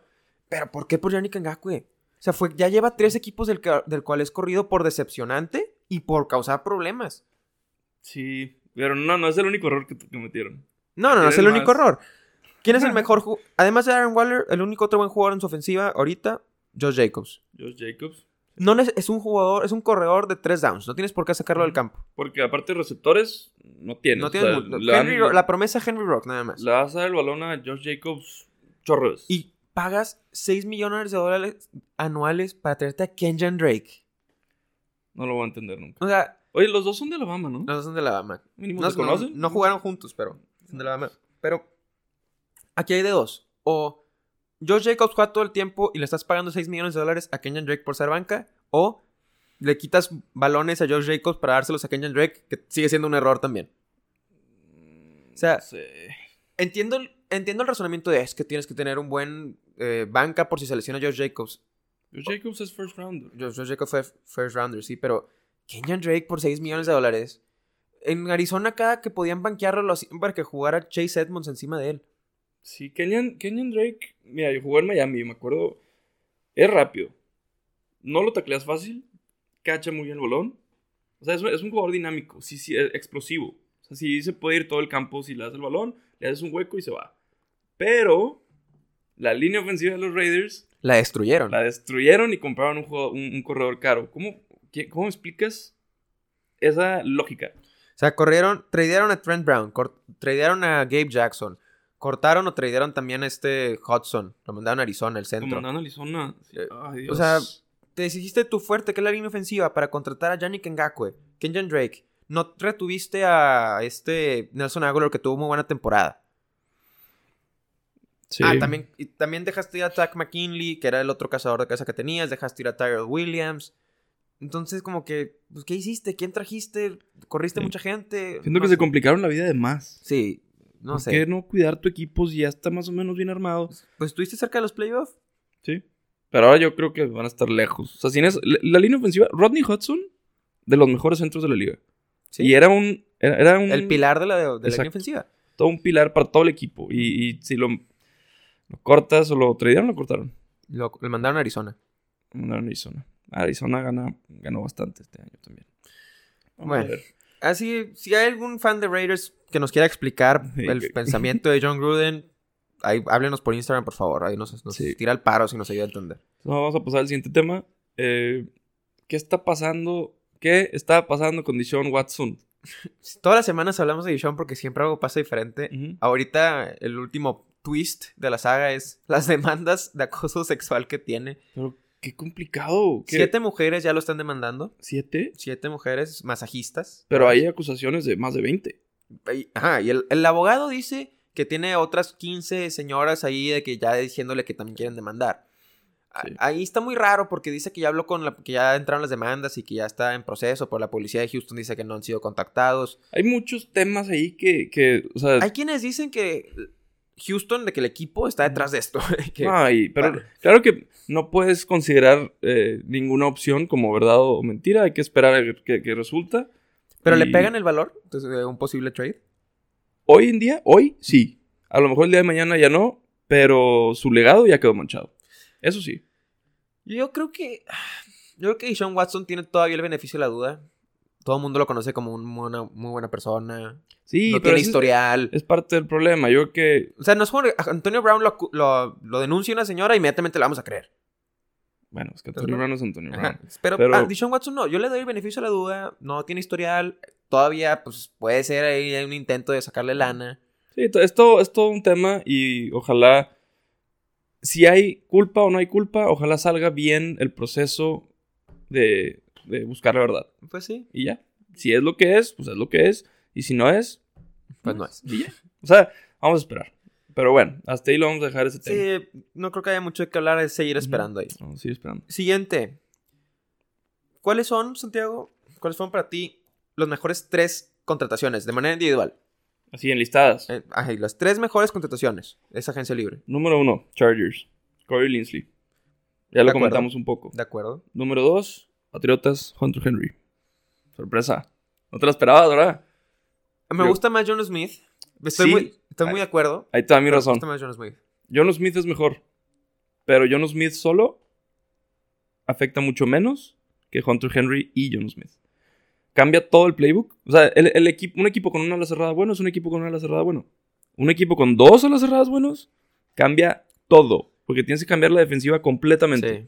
A: Pero ¿por qué por Yannick Ngakwe? O sea, fue, ya lleva tres equipos del, que- del cual es corrido por decepcionante y por causar problemas.
B: Sí, pero no, no es el único error que, que metieron.
A: No, no, no es el
B: Tienen
A: único
B: más.
A: error. ¿Quién es el mejor ju- Además de Aaron Waller, el único otro buen jugador en su ofensiva ahorita, Josh Jacobs.
B: Josh Jacobs.
A: No neces- es un jugador, es un corredor de tres downs. No tienes por qué sacarlo del campo.
B: Porque aparte de receptores, no tiene.
A: No
B: o sea,
A: tienes mu-
B: le dan-
A: Henry Ro- la promesa Henry Rock, nada más.
B: le vas a dar el balón a Josh Jacobs chorros.
A: Y pagas 6 millones de dólares anuales para traerte a Kenjan Drake.
B: No lo voy a entender nunca.
A: O sea,
B: Oye, los dos son de Alabama, ¿no?
A: no son de Alabama.
B: Mínimo
A: No,
B: se
A: no-
B: conocen.
A: no jugaron juntos, pero son de Alabama. Pero aquí hay de dos. O Josh Jacobs juega todo el tiempo y le estás pagando 6 millones de dólares a Kenyan Drake por ser banca. O le quitas balones a Josh Jacobs para dárselos a Kenyan Drake, que sigue siendo un error también.
B: O
A: sea,
B: Mm, sé.
A: Entiendo, el- entiendo el razonamiento de es que tienes que tener un buen eh, banca por si se lesiona Josh Jacobs.
B: Josh Jacobs es first rounder.
A: Josh, Josh Jacobs fue first rounder, sí, pero Kenyan Drake por 6 millones de dólares. En Arizona, cada que podían banquearlo, lo hacían para que jugara Chase Edmonds encima de él.
B: Sí, Kenyan, Kenyan Drake, mira, yo jugué en Miami, me acuerdo. Es rápido. No lo tacleas fácil. Cacha muy bien el balón. O sea, es, un- es un jugador dinámico, sí, sí, es explosivo. O sea, sí se puede ir todo el campo si le das el balón, le haces un hueco y se va. Pero la línea ofensiva de los Raiders
A: La destruyeron.
B: la destruyeron y compraron un, jugador- un- un corredor caro. ¿Cómo, qué- ¿Cómo explicas esa lógica?
A: O sea, corrieron, tradearon a Trent Brown, cor- tradearon a Gabe Jackson, cortaron o tradearon también a este Hudson, lo mandaron a Arizona, el centro.
B: Comandando Arizona. Sí,
A: Eh,
B: ay,
A: o
B: Dios.
A: sea, Te decidiste tu fuerte, que es la línea ofensiva, para contratar a Yannick Ngakwe, Kenyan Drake. No retuviste a este Nelson Aguilar, que tuvo muy buena temporada.
B: Sí.
A: Ah, también, y también dejaste ir a Zach McKinley, que era el otro cazador de casa que tenías. Dejaste ir a Tyrell Williams. Entonces, como que, pues, ¿qué hiciste? ¿Quién trajiste? ¿Corriste
B: Sí.
A: mucha gente?
B: Siento
A: No
B: que
A: sé.
B: se complicaron la vida de más.
A: Sí. No
B: ¿Por
A: sé.
B: qué no cuidar tu equipo si ya está más o menos bien armado?
A: Pues estuviste cerca de los playoffs.
B: Sí. Pero ahora yo creo que van a estar lejos. O sea, sin eso- la, la línea ofensiva, Rodney Hudson, de los mejores centros de la liga.
A: Sí.
B: Y era un. Era, era un
A: El pilar de la, de la línea
B: Exacto.
A: ofensiva.
B: Todo un pilar para todo el equipo. Y, y si lo, lo cortas o lo tradearon, lo cortaron.
A: Lo, lo mandaron a Arizona.
B: Lo mandaron a Arizona. Arizona gana, ganó bastante este año también.
A: Bueno. Así, Ah, si hay algún fan de Raiders que nos quiera explicar
B: Sí,
A: el
B: que-
A: pensamiento de John Gruden, ahí, háblenos por Instagram, por favor. Ahí nos, nos
B: Sí.
A: tira el paro si nos ayuda a entender.
B: Entonces, vamos a pasar al siguiente tema. Eh, ¿Qué está pasando? ¿Qué está pasando con Deshaun Watson?
A: Todas las semanas hablamos de Dishon porque siempre algo pasa diferente.
B: Ujú.
A: Ahorita el último twist de la saga es las demandas de acoso sexual que tiene.
B: Pero qué complicado. ¿Qué?
A: Siete mujeres ya lo están demandando.
B: ¿Siete?
A: Siete mujeres masajistas.
B: Pero hay acusaciones de más de 20.
A: Ahí- Ajá, y el, el abogado dice que tiene otras 15 señoras ahí de que ya diciéndole que también quieren demandar. A-
B: Sí.
A: Ahí está muy raro porque dice que ya habló con la, que ya entraron las demandas y que ya está en proceso, pero la policía de Houston dice que no han sido contactados.
B: Hay muchos temas ahí que, que o sea,
A: Hay quienes dicen que Houston, de que el equipo está detrás de esto. que-
B: no hay, pero claro que no puedes considerar eh, ninguna opción como verdad o mentira, hay que esperar a que, que resulta.
A: pero le
B: y-
A: pegan el valor entonces, de un posible trade.
B: Hoy en día, hoy sí, a lo mejor el día de mañana ya no, pero su legado ya quedó manchado. Eso sí,
A: Yo creo que. Yo creo que Sean Watson tiene todavía el beneficio de la duda. Todo el mundo lo conoce como un- una muy buena persona.
B: sí,
A: no tiene
B: pero ese es-
A: historial.
B: es parte del problema. Yo creo que,
A: O sea, no es como que a Antonio Brown lo, acu- lo- lo denuncia una señora, inmediatamente la vamos a creer.
B: bueno, es que
A: Pero-
B: Antonio Brown es Antonio Brown.
A: Ajá. Pero,
B: Pero-
A: a Dishon Watson no, yo le doy el beneficio a la duda, no tiene historial, todavía pues puede ser ahí un intento de sacarle lana.
B: Sí, to- es todo, es todo un tema y ojalá, si hay culpa o no hay culpa, ojalá salga bien el proceso de, de buscar la verdad.
A: Pues sí,
B: Y ya, si es lo que es, pues es lo que es. Y si no es,
A: pues no es.
B: y ya. O sea, vamos a esperar. Pero bueno, hasta ahí lo vamos a dejar ese tema.
A: Sí, no creo que haya mucho que hablar, es seguir
B: Ujú.
A: esperando ahí.
B: Vamos a seguir esperando.
A: Siguiente. ¿Cuáles son, Santiago, cuáles fueron para ti los mejores tres contrataciones de manera individual?
B: Así, enlistadas.
A: Eh, ajá, y las tres mejores contrataciones de esa agencia libre.
B: Número uno, Chargers. Corey Linsley. Ya
A: De
B: lo
A: acuerdo.
B: comentamos un poco.
A: ¿De acuerdo?
B: Número dos, Patriotas, Hunter Henry. Sorpresa. No te la esperabas, ¿verdad?
A: Me
B: Yo-
A: gusta más John Smith. Estoy,
B: Sí.
A: muy, estoy muy de acuerdo.
B: Ahí está mi razón.
A: Está más John Smith.
B: John Smith es mejor. Pero John Smith solo afecta mucho menos que Hunter Henry y John Smith. Cambia todo el playbook. O sea, el, el equipo, un equipo con una ala cerrada bueno es un equipo con una ala cerrada bueno. Un equipo con dos alas cerradas buenos cambia todo. Porque tienes que cambiar la defensiva completamente.
A: Sí.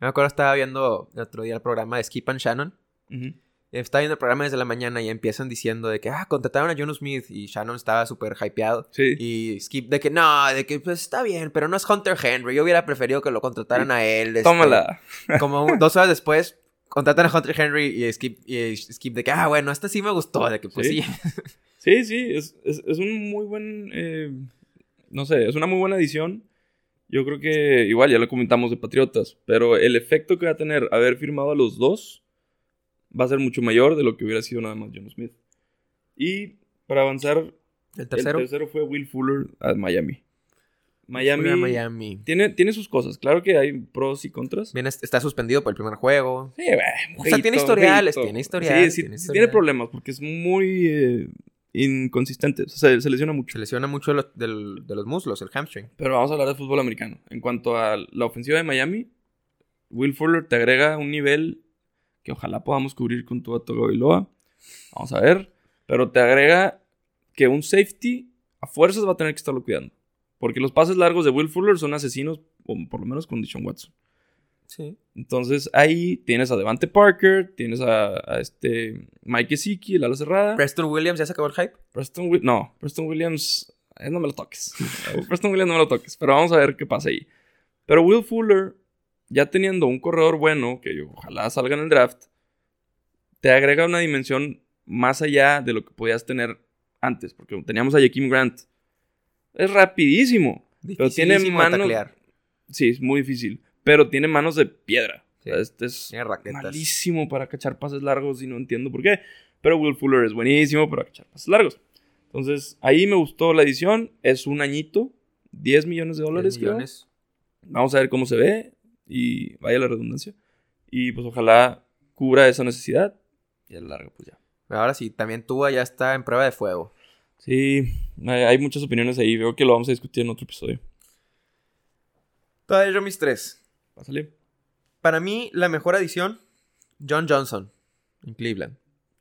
A: Me acuerdo, estaba viendo el otro día el programa de Skip and Shannon.
B: Ujú.
A: Estaba viendo el programa desde la mañana y empiezan diciendo de que, ah, contrataron a John Smith y Shannon estaba súper hypeado.
B: Sí.
A: Y Skip de que, no, de que, pues está bien, pero no es Hunter Henry. Yo hubiera preferido que lo contrataran a él. este".
B: Tómala.
A: Como un- dos horas después, contratan a Hunter Henry y Skip, y Skip de que, ah, bueno, esta sí me gustó. De que, pues sí.
B: Sí. Sí, sí, es, es- es un muy buen, eh, no sé, es una muy buena edición. Yo creo que igual ya lo comentamos de Patriotas, pero el efecto que va a tener haber firmado a los dos va a ser mucho mayor de lo que hubiera sido nada más John Smith. Y para avanzar,
A: El tercero.
B: el tercero fue Will Fuller a Miami. Miami,
A: Mira, Miami.
B: Tiene, tiene sus cosas, claro que hay pros y contras.
A: Viene- está suspendido por el primer juego.
B: Sí, bueno,
A: O sea, tiene historiales, tiene historial,
B: Sí, sí,
A: tiene
B: sí
A: historial.
B: tiene problemas porque es muy eh, inconsistente, o sea, se- se lesiona mucho.
A: Se lesiona mucho los- del- de los muslos, el hamstring.
B: Pero vamos a hablar de fútbol americano. En cuanto a la ofensiva de Miami, Will Fuller te agrega un nivel que ojalá podamos cubrir con tu Tagovailoa. Vamos a ver. Pero te agrega que un safety a fuerzas va a tener que estarlo cuidando. Porque los pases largos de Will Fuller son asesinos, o por lo menos con Dishon Watson.
A: Sí.
B: Entonces ahí tienes a Devante Parker, tienes a, a este Mike Gesicki, el ala cerrada.
A: Preston Williams ya se acabó el hype.
B: Preston Williams. No, Preston Williams. eh, no me lo toques. Preston Williams no me lo toques. Pero vamos a ver qué pasa ahí. Pero Will Fuller, ya teniendo un corredor bueno, que yo- ojalá salga en el draft, te agrega una dimensión más allá de lo que podías tener antes. Porque teníamos a Jaquim Grant. Es rapidísimo. Pero tiene
A: Dificilísimo de
B: manos-
A: taclear.
B: Sí, es muy difícil. Pero tiene manos de piedra. O sea,
A: Sí.
B: este es
A: Tiene raquetas.
B: malísimo para cachar pases largos y no entiendo por qué. Pero Will Fuller es buenísimo para cachar pases largos. Entonces, ahí me gustó la edición. Es un añito, 10 millones de dólares. creo.
A: millones.
B: Vamos a ver cómo se ve y vaya la redundancia. Y pues ojalá cubra esa necesidad. Y a la larga, pues ya.
A: Ahora sí, también Tua ya está en prueba de fuego.
B: Sí, hay, hay muchas opiniones ahí. Veo que lo vamos a discutir en otro episodio.
A: Todavía yo mis tres.
B: Pásale.
A: Para mí, la mejor adición, John Johnson, en Cleveland.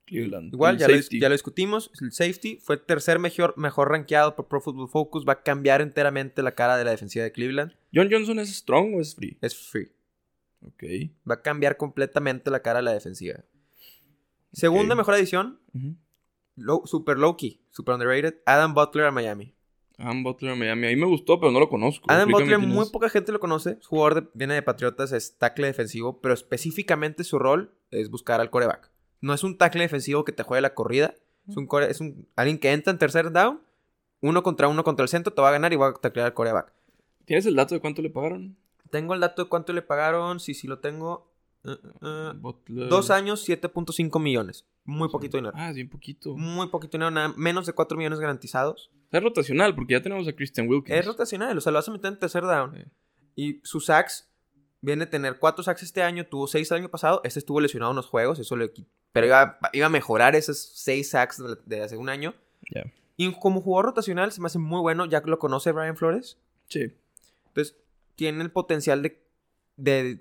B: Cleveland.
A: Igual,
B: El
A: ya lo, dis-
B: safety.
A: ya lo discutimos. El safety fue tercer mejor, mejor rankeado por Pro Football Focus. Va a cambiar enteramente la cara de la defensiva de Cleveland.
B: ¿John Johnson es strong o es free?
A: Es free.
B: Ok.
A: Va a cambiar completamente la cara de la defensiva. Segunda
B: Ok.
A: mejor adición,
B: Ujú.
A: low- super low-key, super underrated, Adam Butler a Miami.
B: Adam Butler a Miami. A mí me gustó, pero no lo conozco.
A: Adam
B: Explícame
A: Butler,
B: quién
A: muy
B: es.
A: poca gente lo conoce. Es jugador de- viene de Patriotas, es tackle defensivo, pero específicamente su rol es buscar al coreback. No es un tackle defensivo que te juegue la corrida. Es un, core- es un- alguien que entra en tercer down, uno contra uno contra el centro, te va a ganar y va a taclear al coreback.
B: ¿Tienes el dato de cuánto le pagaron?
A: Tengo el dato de cuánto le pagaron, sí, sí lo tengo. Eh, eh, eh.
B: Butler.
A: dos años, 7.5 millones. Muy poquito dinero. Mm.
B: Ah, sí, un poquito.
A: Muy poquito dinero, nada- menos de 4 millones garantizados.
B: Es rotacional, porque ya tenemos a Christian Wilkins.
A: Es rotacional, o sea, lo vas a meter en tercer down.
B: Sí.
A: Y su sacks viene a tener cuatro sacks este año, tuvo seis el año pasado, este estuvo lesionado unos juegos, eso le qui- pero iba, iba a mejorar esos seis sacks de, de hace un año.
B: Ya.
A: Y como jugador rotacional se me hace muy bueno, ya lo conoce Brian Flores.
B: Sí.
A: Entonces, tiene el potencial de, de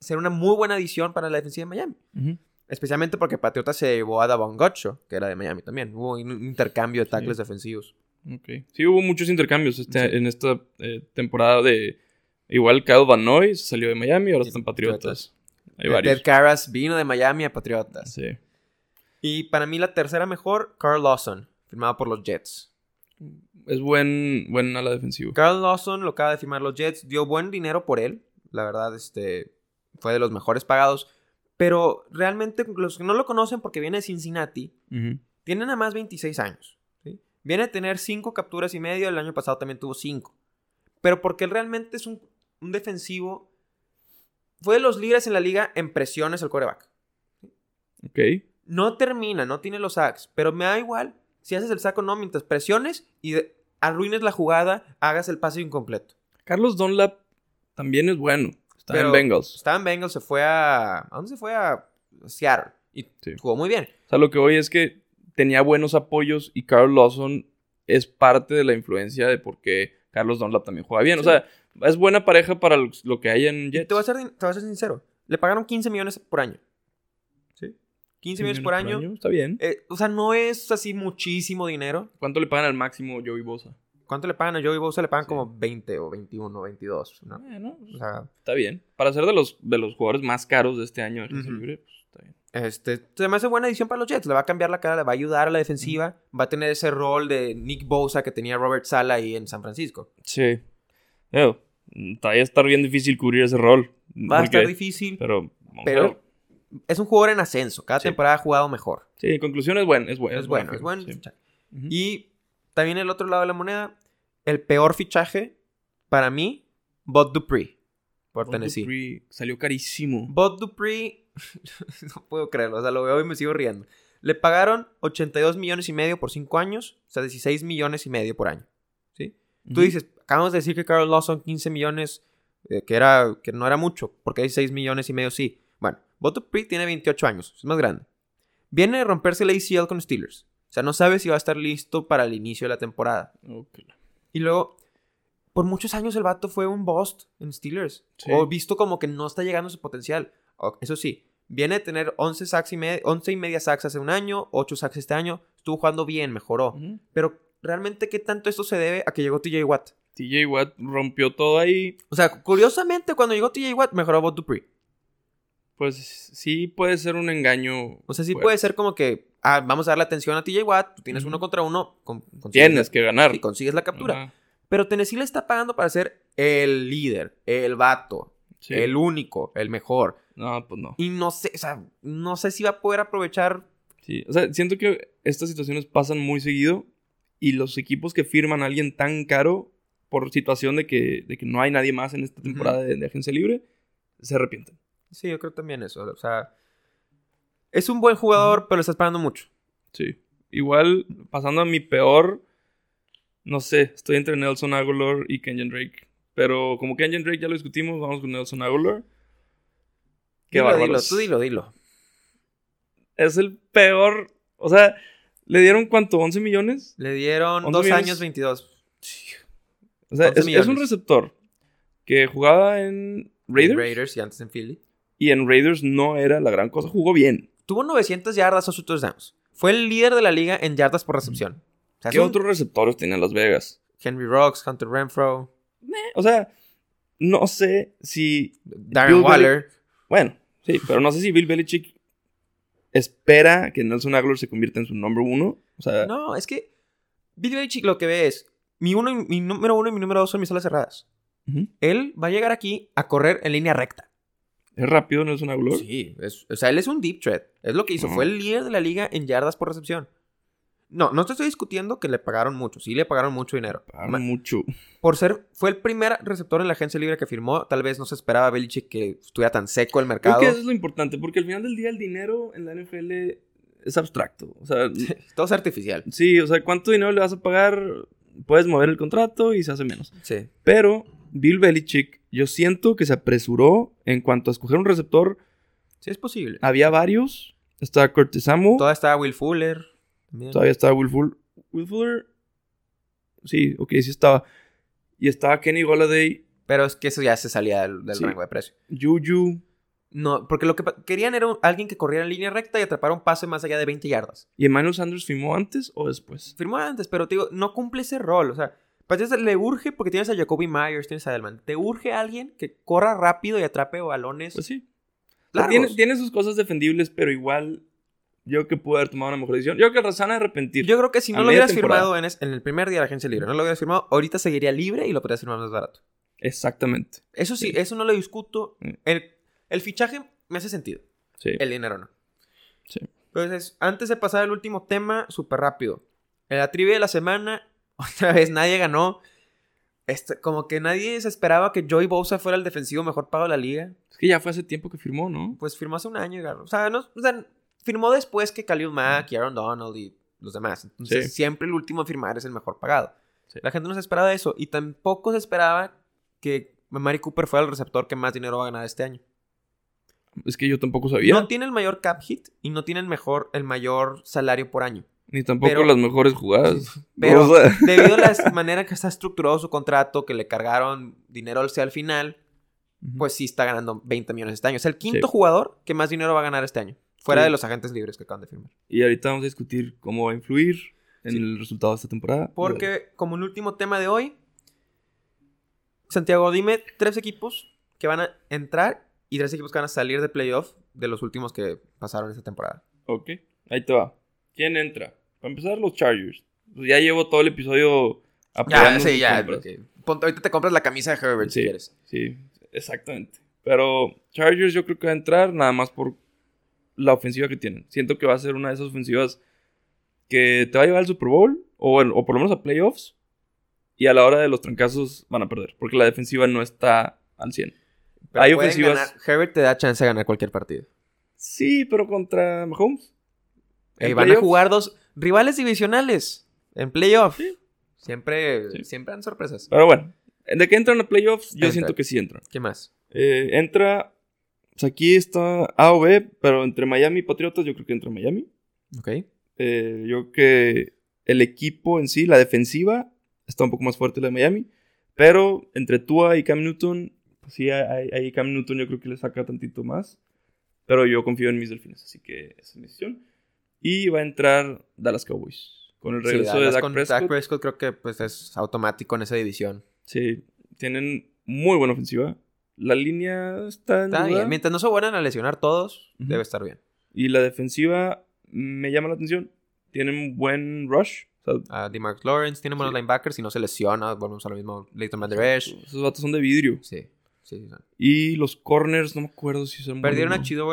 A: ser una muy buena adición para la defensiva de Miami.
B: Ujú.
A: Especialmente porque Patriota se llevó a Davon Gocho, que era de Miami también. Hubo un intercambio de tackles defensivos.
B: Ok. Sí, hubo muchos intercambios este-
A: Sí.
B: en esta eh, temporada de... Igual Kyle Van Noy se salió de Miami, ahora
A: Sí,
B: están Patriotas. Hay varios.
A: Ted Carras vino de Miami a Patriotas.
B: Sí.
A: Y para mí la tercera mejor, Carl Lawson, firmado por los Jets.
B: Es buen, buen ala defensivo.
A: Carl Lawson lo acaba de firmar los Jets, dio buen dinero por él, la verdad, este, fue de los mejores pagados. Pero realmente los que no lo conocen porque viene de Cincinnati,
B: Ujú.
A: tiene nada más 26 años. ¿sí? Viene a tener 5 capturas y medio, el año pasado también tuvo 5. Pero porque él realmente es un, un defensivo, fue de los líderes en la liga en presiones al coreback.
B: Ok.
A: No termina, no tiene los sacks, pero me da igual si haces el saco o no mientras presiones y de- arruines la jugada, hagas el pase incompleto.
B: Carlos Dunlap también es bueno. Está
A: Pero-
B: en Bengals.
A: Estaba en Bengals, se fue a... ¿A dónde se fue? A Seattle. Y
B: Sí.
A: jugó muy bien.
B: O sea, lo que voy es que tenía buenos apoyos y Carl Lawson es parte de la influencia de por qué Carlos Dunlap también juega bien. O
A: Sí.
B: sea, es buena pareja para los- lo que hay en
A: Y
B: Jets.
A: te voy, a ser, te voy a ser sincero, le pagaron 15 millones por año. ¿Sí? 15 millones por año.
B: Está bien.
A: Eh, o sea, no es así muchísimo dinero.
B: ¿Cuánto le pagan al máximo Joey Bosa?
A: ¿Cuánto le pagan a Joey Bosa? Le pagan
B: Sí.
A: como 20 o 21 o 22, ¿no?
B: Bueno,
A: O sea,
B: Eh, pues, está bien. Para ser de los, de los jugadores más caros de este año, de agencia
A: Ujú.
B: libre, pues, está bien.
A: Este, se me hace buena edición para los Jets. Le va a cambiar la cara, le va a ayudar a la defensiva. Va a tener ese rol de Nick Bosa que tenía Robert Sala ahí en San Francisco.
B: Sí. Todavía va a estar bien difícil cubrir ese rol.
A: Va a
B: porque-
A: estar difícil,
B: Pero, vamos a
A: pero-
B: ver.
A: es un jugador en ascenso. Cada
B: Sí.
A: temporada ha jugado mejor.
B: Sí, en conclusión es bueno. Es bueno,
A: Es, bueno, es bueno.
B: Ujú.
A: Y también el otro lado de la moneda, el peor fichaje para mí, Bud Dupree por
B: Von
A: Tennessee.
B: Dupree salió carísimo.
A: Bud Dupree, no puedo creerlo, o sea, lo veo y me sigo riendo. Le pagaron 82 millones y medio por 5 años, o sea, 16 millones y medio por año. ¿Sí? Tú
B: Ujú.
A: dices, acabamos de decir que Carl Lawson 15 millones, eh, que, era, que no era mucho, porque hay 6 millones y medio, sí. Bueno, Bud Dupree tiene 28 años, es más grande. Viene de romperse la ACL con Steelers. O sea, no sabe si va a estar listo para el inicio de la temporada.
B: Ok.
A: Y luego, por muchos años el vato fue un bust en Steelers.
B: Sí.
A: O visto como que no está llegando a su potencial. O- Eso sí, viene de tener 11, sacks y me- 11 y media sacks hace un año, 8 sacks este año. Estuvo jugando bien, mejoró.
B: Ujú.
A: Pero realmente, ¿qué tanto esto se debe a que llegó TJ Watt?
B: TJ Watt rompió todo ahí.
A: O sea, curiosamente, cuando llegó TJ Watt, mejoró Bob Dupree.
B: Pues sí puede ser un engaño.
A: O sea, sí
B: fuerte.
A: puede ser como que, ah, vamos a darle atención a TJ Watt, tú tienes
B: Ujú.
A: uno contra uno, con- consigues
B: Tienes
A: la-
B: que ganar.
A: sí, consigues la captura.
B: Ajá.
A: Pero Tennessee le está pagando para ser el líder, el vato,
B: Sí.
A: el único, el mejor.
B: No, pues no.
A: Y no sé, o sea, no sé si va a poder aprovechar.
B: Sí. O sea, siento que estas situaciones pasan muy seguido y los equipos que firman a alguien tan caro por situación de que, de que no hay nadie más en esta temporada de, de agencia libre, se arrepienten.
A: Sí, yo creo también eso. O sea, es un buen jugador, pero le estás pagando mucho.
B: Sí. Igual, pasando a mi peor, no sé, estoy entre Nelson Aguilar y Kenyon Drake. Pero como Kenyon Drake ya lo discutimos, vamos con Nelson Aguilar. Qué
A: dilo, dilo,
B: bárbaros.
A: tú dilo, dilo.
B: Es el peor. O sea, ¿le dieron cuánto? ¿11 millones?
A: Le dieron
B: ¿Cuántos
A: dos
B: millones?
A: años 22.
B: O
A: 11
B: sea, es, es un
A: millones.
B: receptor que jugaba en Raiders,
A: Raiders y antes en Philly.
B: y en Raiders no era la gran cosa. Jugó bien.
A: Tuvo 900 yardas a sus touchdowns. Fue el líder de la liga en yardas por recepción. O sea,
B: ¿Qué
A: es un
B: otros receptores tenía Las Vegas?
A: Henry Rocks, Hunter Renfro,
B: Eh, O sea, no sé si
A: Darren
B: Bill
A: Waller.
B: Bueno, sí, pero no sé si Bill Belichick espera que Nelson Aguilar se convierta en su número uno. O sea,
A: No, es que Bill Belichick lo que ve es mi, uno y- mi número uno y mi número dos son mis alas cerradas.
B: ujú,
A: Él va a llegar aquí a correr en línea recta.
B: es rápido Nelson Aguilar.
A: Sí, es- o sea, él es un deep threat. Es lo que hizo.
B: Ujú.
A: Fue el líder de la liga en yardas por recepción. No, no te estoy discutiendo que le pagaron mucho. Sí, le pagaron mucho dinero.
B: Para
A: Ma-
B: Ah, mucho.
A: Por ser, fue el primer receptor en la agencia libre que firmó. Tal vez no se esperaba Belichick que estuviera tan seco el
B: Creo
A: mercado.
B: que eso es lo importante, porque al final del día el dinero en la NFL es abstracto. O sea,
A: Todo es artificial.
B: sí, o sea, ¿cuánto dinero le vas a pagar? Puedes mover el contrato y se hace menos.
A: Sí.
B: Pero Bill Belichick, yo siento que se apresuró en cuanto a escoger un receptor.
A: Sí, es posible.
B: Había varios. Estaba Curtis Samuel.
A: Todavía estaba Will Fuller. también.
B: Todavía estaba Will Fuller. Will Fuller. Sí, ok, sí estaba. Y estaba Kenny Golladay,
A: Pero es que eso ya se salía del, del
B: Sí.
A: rango de precio.
B: Juju.
A: No, porque lo que pa- querían era un- alguien que corriera en línea recta y atrapara un pase más allá de 20 yardas.
B: ¿Y Emmanuel Sanders firmó antes o después?
A: Firmó antes, pero te digo, no cumple ese rol. O sea, Patriotas le urge porque tienes a Jacoby Myers, tienes a Edelman. Te urge alguien que corra rápido y atrape balones.
B: Pues sí. O sea,
A: largos.
B: tiene, tiene sus cosas defendibles, pero igual yo que pude haber tomado una mejor decisión. Yo creo que Razana arrepentir.
A: Yo creo que si
B: a
A: no lo
B: media
A: hubieras
B: temporada.
A: firmado en, es- en el primer día de la agencia libre, no lo hubieras firmado, ahorita seguiría libre y lo podrías firmar más barato.
B: Exactamente.
A: Eso sí,
B: Sí.
A: eso no lo discuto.
B: Mm.
A: El, el fichaje me hace sentido.
B: Sí.
A: El dinero no.
B: Sí.
A: Entonces, antes de pasar al último tema, súper rápido. En la trivia de la semana, otra vez nadie ganó. Este, como que nadie se esperaba que Joey Bosa fuera el defensivo mejor pago de la liga.
B: Es que ya fue hace tiempo que firmó, ¿no?
A: Pues firmó hace un año y ganó. O sea, no- o sea, firmó después que Khalil Mack y Aaron Donald y los demás. Entonces,
B: Sí.
A: siempre el último a firmar es el mejor pagado.
B: Sí.
A: La gente no se esperaba eso. Y tampoco se esperaba que Mari Cooper fuera el receptor que más dinero va a ganar este año.
B: Es que yo tampoco sabía.
A: No tiene el mayor cap hit y no tiene el, mejor, el mayor salario por año.
B: ni tampoco
A: pero-
B: las mejores jugadas.
A: Pero
B: O sea,
A: debido a la manera que está estructurado su contrato, que le cargaron dinero al al final, pues sí está ganando 20 millones este año. Es el quinto
B: Sí.
A: jugador que más dinero va a ganar este año. Fuera
B: Sí.
A: de los agentes libres que acaban de firmar.
B: Y ahorita vamos a discutir cómo va a influir en
A: Sí.
B: el resultado de esta temporada.
A: Porque, como un último tema de hoy, Santiago, dime tres equipos que van a entrar y tres equipos que van a salir de playoff de los últimos que pasaron esta temporada.
B: Ok, ahí te va. ¿Quién entra? Para empezar, los Chargers. Pues ya llevo todo el episodio
A: Ya,
B: apoyando
A: sí,
B: sus
A: ya.
B: compras.
A: porque- ponte- ahorita te compras la camisa de Herbert si
B: Sí.
A: quieres.
B: Sí, exactamente. Pero Chargers yo creo que va a entrar nada más por la ofensiva que tienen. Siento que va a ser una de esas ofensivas que te va a llevar al Super Bowl o, bueno, o por lo menos a playoffs. Y a la hora de los trancazos van a perder porque la defensiva no está al 100.
A: Pero
B: Hay
A: pueden
B: ofensivas-
A: ganar- Herbert te da chance de ganar cualquier partido.
B: Sí, pero contra Mahomes.
A: Y
B: En
A: Eh, van a
B: playoffs.
A: jugar dos rivales divisionales en playoff.
B: Sí.
A: Siempre,
B: Sí. Ah.
A: siempre dan sorpresas.
B: Pero bueno, de que entran a playoffs, yo
A: Entra.
B: siento que sí entran.
A: ¿Qué más?
B: Eh, entra. Pues aquí está A o B, pero entre Miami y Patriotas, yo creo que entra Miami.
A: Ok.
B: Eh, yo creo que el equipo en sí, la defensiva, está un poco más fuerte la de Miami. Pero entre Tua y Cam Newton, pues sí, ahí ahí Cam Newton yo creo que le saca tantito más. Pero yo confío en mis delfines, así que esa es mi decisión. Y va a entrar Dallas Cowboys. Con el
A: Sí,
B: regreso de
A: Dallas
B: Dak
A: con
B: Prescott.
A: Dak Prescott creo que pues, es automático en esa división.
B: Sí, tienen muy buena ofensiva. La línea está en
A: Está
B: duda.
A: bien. Mientras no se vuelvan a lesionar todos,
B: Ujú.
A: debe estar bien.
B: Y la defensiva me llama la atención. Tienen un buen rush. O sea,
A: Ah, DeMarcus Lawrence tiene buenos
B: Sí.
A: linebackers. Si no se lesiona, volvemos a lo mismo. Leighton Van Der Esch.
B: esos vatos son de vidrio.
A: Sí. Sí, sí, son.
B: Y los corners, no me acuerdo si son
A: Perdieron a
B: buenos.
A: Chido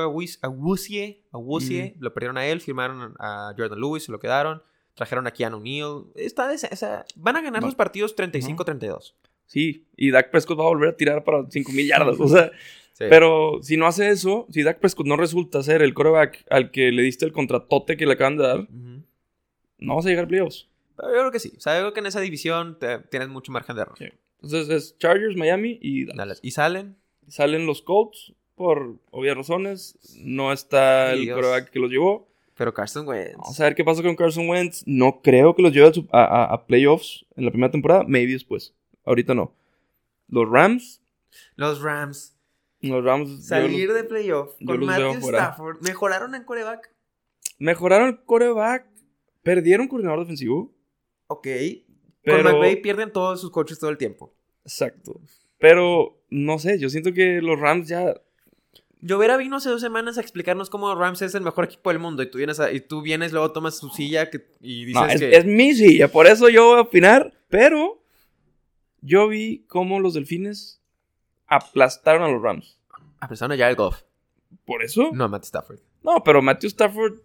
A: Awusie. Awusie. Lo perdieron a él. Firmaron a Jordan Lewis. Se lo quedaron. Trajeron a Keanu Neal. Está de esa- esa- Van a ganar
B: Va-
A: los partidos 35-32.
B: Sí, y Dak Prescott va a volver a tirar para 5000 yardas. O sea,
A: Sí.
B: pero si no hace eso, si Dak Prescott no resulta ser el coreback al que le diste el contratote que le acaban de dar,
A: Ujú.
B: no vas a llegar a playoffs.
A: Pero yo creo que sí. O sea, yo creo que en esa división te- tienes mucho margen de error.
B: Sí. Entonces es Chargers, Miami y Dallas.
A: Dallas. Y salen.
B: Salen los Colts por obvias razones. No está el
A: Dios.
B: coreback que los llevó.
A: Pero Carson Wentz.
B: Vamos a ver qué pasa con Carson Wentz. No creo que los lleve a, su- a- a- a playoffs en la primera temporada. Maybe después. Ahorita no. Los Rams.
A: Los Rams.
B: Los Rams yo
A: Salir
B: los-
A: de playoff
B: yo
A: con
B: los veo
A: Matthew
B: fuera.
A: Stafford. Mejoraron en coreback.
B: mejoraron el coreback. Perdieron coordinador defensivo.
A: Ok.
B: Pero,
A: Con McVay pierden todos sus coaches todo el tiempo.
B: Exacto. Pero no sé. Yo siento que los Rams ya.
A: Llovera vino hace dos semanas a explicarnos cómo Rams es el mejor equipo del mundo. Y tú vienes, a- y tú vienes luego tomas su silla que- y dices
B: No, es,
A: que.
B: es mi silla. Por eso yo voy a opinar. Pero yo vi cómo los delfines aplastaron a los Rams.
A: Apresaron a Jared Goff.
B: Por eso.
A: No a Matt Stafford.
B: No, pero Matthew Stafford,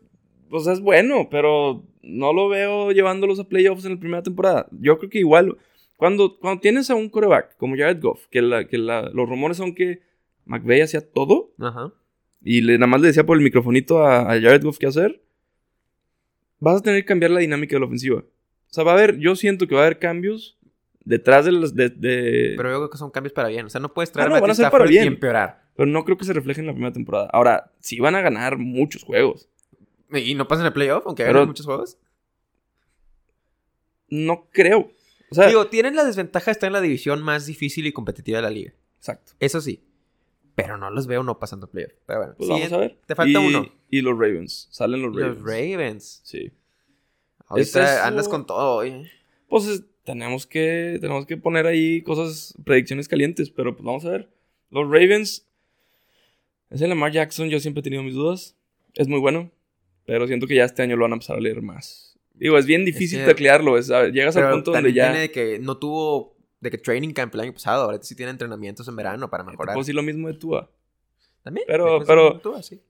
B: o sea, es bueno, pero no lo veo llevándolos a playoffs en la primera temporada. Yo creo que igual, cuando, cuando tienes a un coreback como Jared Goff, que, la, que la- los rumores son que McVay hacía todo
A: Ajá.
B: y le, nada más le decía por el microfonito a, a Jared Goff qué hacer, vas a tener que cambiar la dinámica de la ofensiva. O sea, va a haber, yo siento que va a haber cambios detrás de las... De, de-
A: Pero yo creo que son cambios para bien. O sea, no puedes traer
B: Ah, no,
A: a
B: van
A: Matthew
B: a ser para
A: Stafford
B: bien.
A: y empeorar.
B: pero no creo que se refleje en la primera temporada. Ahora, sí van a ganar muchos juegos.
A: Y no pasan el playoff, aunque
B: Pero-
A: ganen muchos juegos.
B: No creo. O sea,
A: Digo, tienen la desventaja de estar en la división más difícil y competitiva de la liga.
B: exacto.
A: Eso sí. Pero no los veo no pasando playoff. Pero bueno,
B: Pues
A: sí,
B: vamos a ver.
A: te falta
B: Y-
A: uno.
B: Y los Ravens. Salen los Ravens.
A: Los Ravens.
B: Sí.
A: Ahorita
B: es su-
A: andas con todo hoy.
B: Pues es- tenemos que, tenemos que poner ahí cosas, predicciones calientes, pero pues vamos a ver. Los Ravens. Ese Lamar Jackson, yo siempre he tenido mis dudas. Es muy bueno, pero siento que ya este año lo van a empezar a leer más. Digo, es bien difícil
A: que-
B: taclearlo. es- a- llegas al
A: Pero
B: punto donde
A: también
B: ya.
A: tiene de que no tuvo de que training camp el año pasado. Ahorita sí tiene entrenamientos en verano para mejorar.
B: Pues sí, lo mismo de Tua.
A: También.
B: pero-
A: después
B: pero-
A: de tú, así.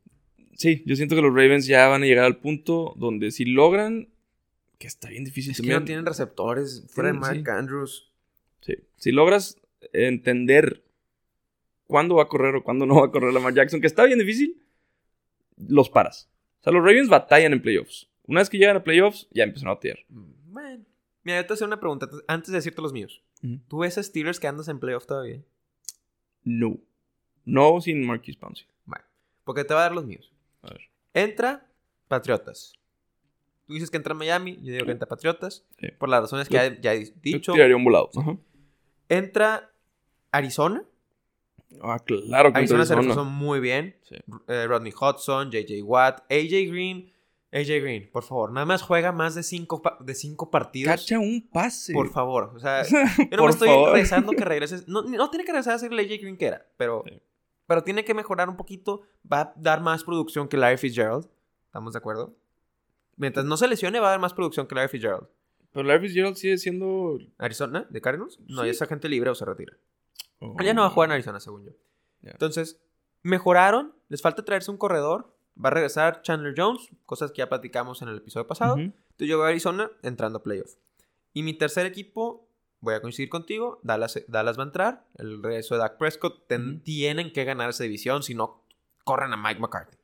B: Sí, yo siento que los Ravens ya van a llegar al punto donde si logran. Que está bien difícil
A: Es que
B: también.
A: no tienen receptores fuera de
B: Tienen,
A: Mark
B: sí.
A: Andrews.
B: Sí. Si logras entender cuándo va a correr o cuándo no va a correr Lamar Jackson, que está bien difícil, los paras. O sea, los Ravens batallan en playoffs. Una vez que llegan a playoffs, ya empiezan a batear.
A: Mm, Bueno. Mira, yo te voy a hacer una pregunta antes- antes de decirte los míos. ¿Tú ves a Steelers que andas en playoff todavía?
B: No. No sin Marquis Pouncey.
A: Bueno, porque te va a dar los míos.
B: A ver.
A: Entra Patriotas. Tú dices que entra Miami, yo digo que entra Patriotas.
B: Sí.
A: Por las razones que
B: Yo-
A: ya he, ya he
B: Yo
A: dicho.
B: tiraría un volado. Ajá.
A: Entra Arizona.
B: Ah, claro que
A: Arizona se
B: Arizona.
A: reforzó muy bien.
B: Sí.
A: Eh, Rodney Hudson, JJ Watt, AJ Green. AJ Green, por favor, nada más juega más de cinco, pa- de cinco partidos.
B: Cacha un pase.
A: Por favor. O sea, yo no
B: Por
A: me estoy
B: favor.
A: rezando que regreses. No, no tiene que regresar a ser el AJ Green que era, pero,
B: Sí.
A: pero tiene que mejorar un poquito. Va a dar más producción que Larry Fitzgerald. ¿Estamos de acuerdo? Mientras no se lesione, va a dar más producción que Larry Fitzgerald.
B: Pero Larry Fitzgerald sigue siendo...
A: ¿Arizona? ¿De Cardinals? No,
B: Sí.
A: ya es agente libre o se retira.
B: Oh.
A: Ya no va a jugar en Arizona, según yo.
B: Ya.
A: Entonces, mejoraron. Les falta traerse un corredor. Va a regresar Chandler Jones, cosas que ya platicamos en el episodio pasado.
B: Ujú.
A: Entonces yo veo a Arizona entrando a playoff. Y mi tercer equipo, voy a coincidir contigo, Dallas, eh, Dallas va a entrar. El regreso de Dak Prescott. ten-
B: Ujú.
A: Tienen que ganar esa división, si no, corren a Mike McCarthy.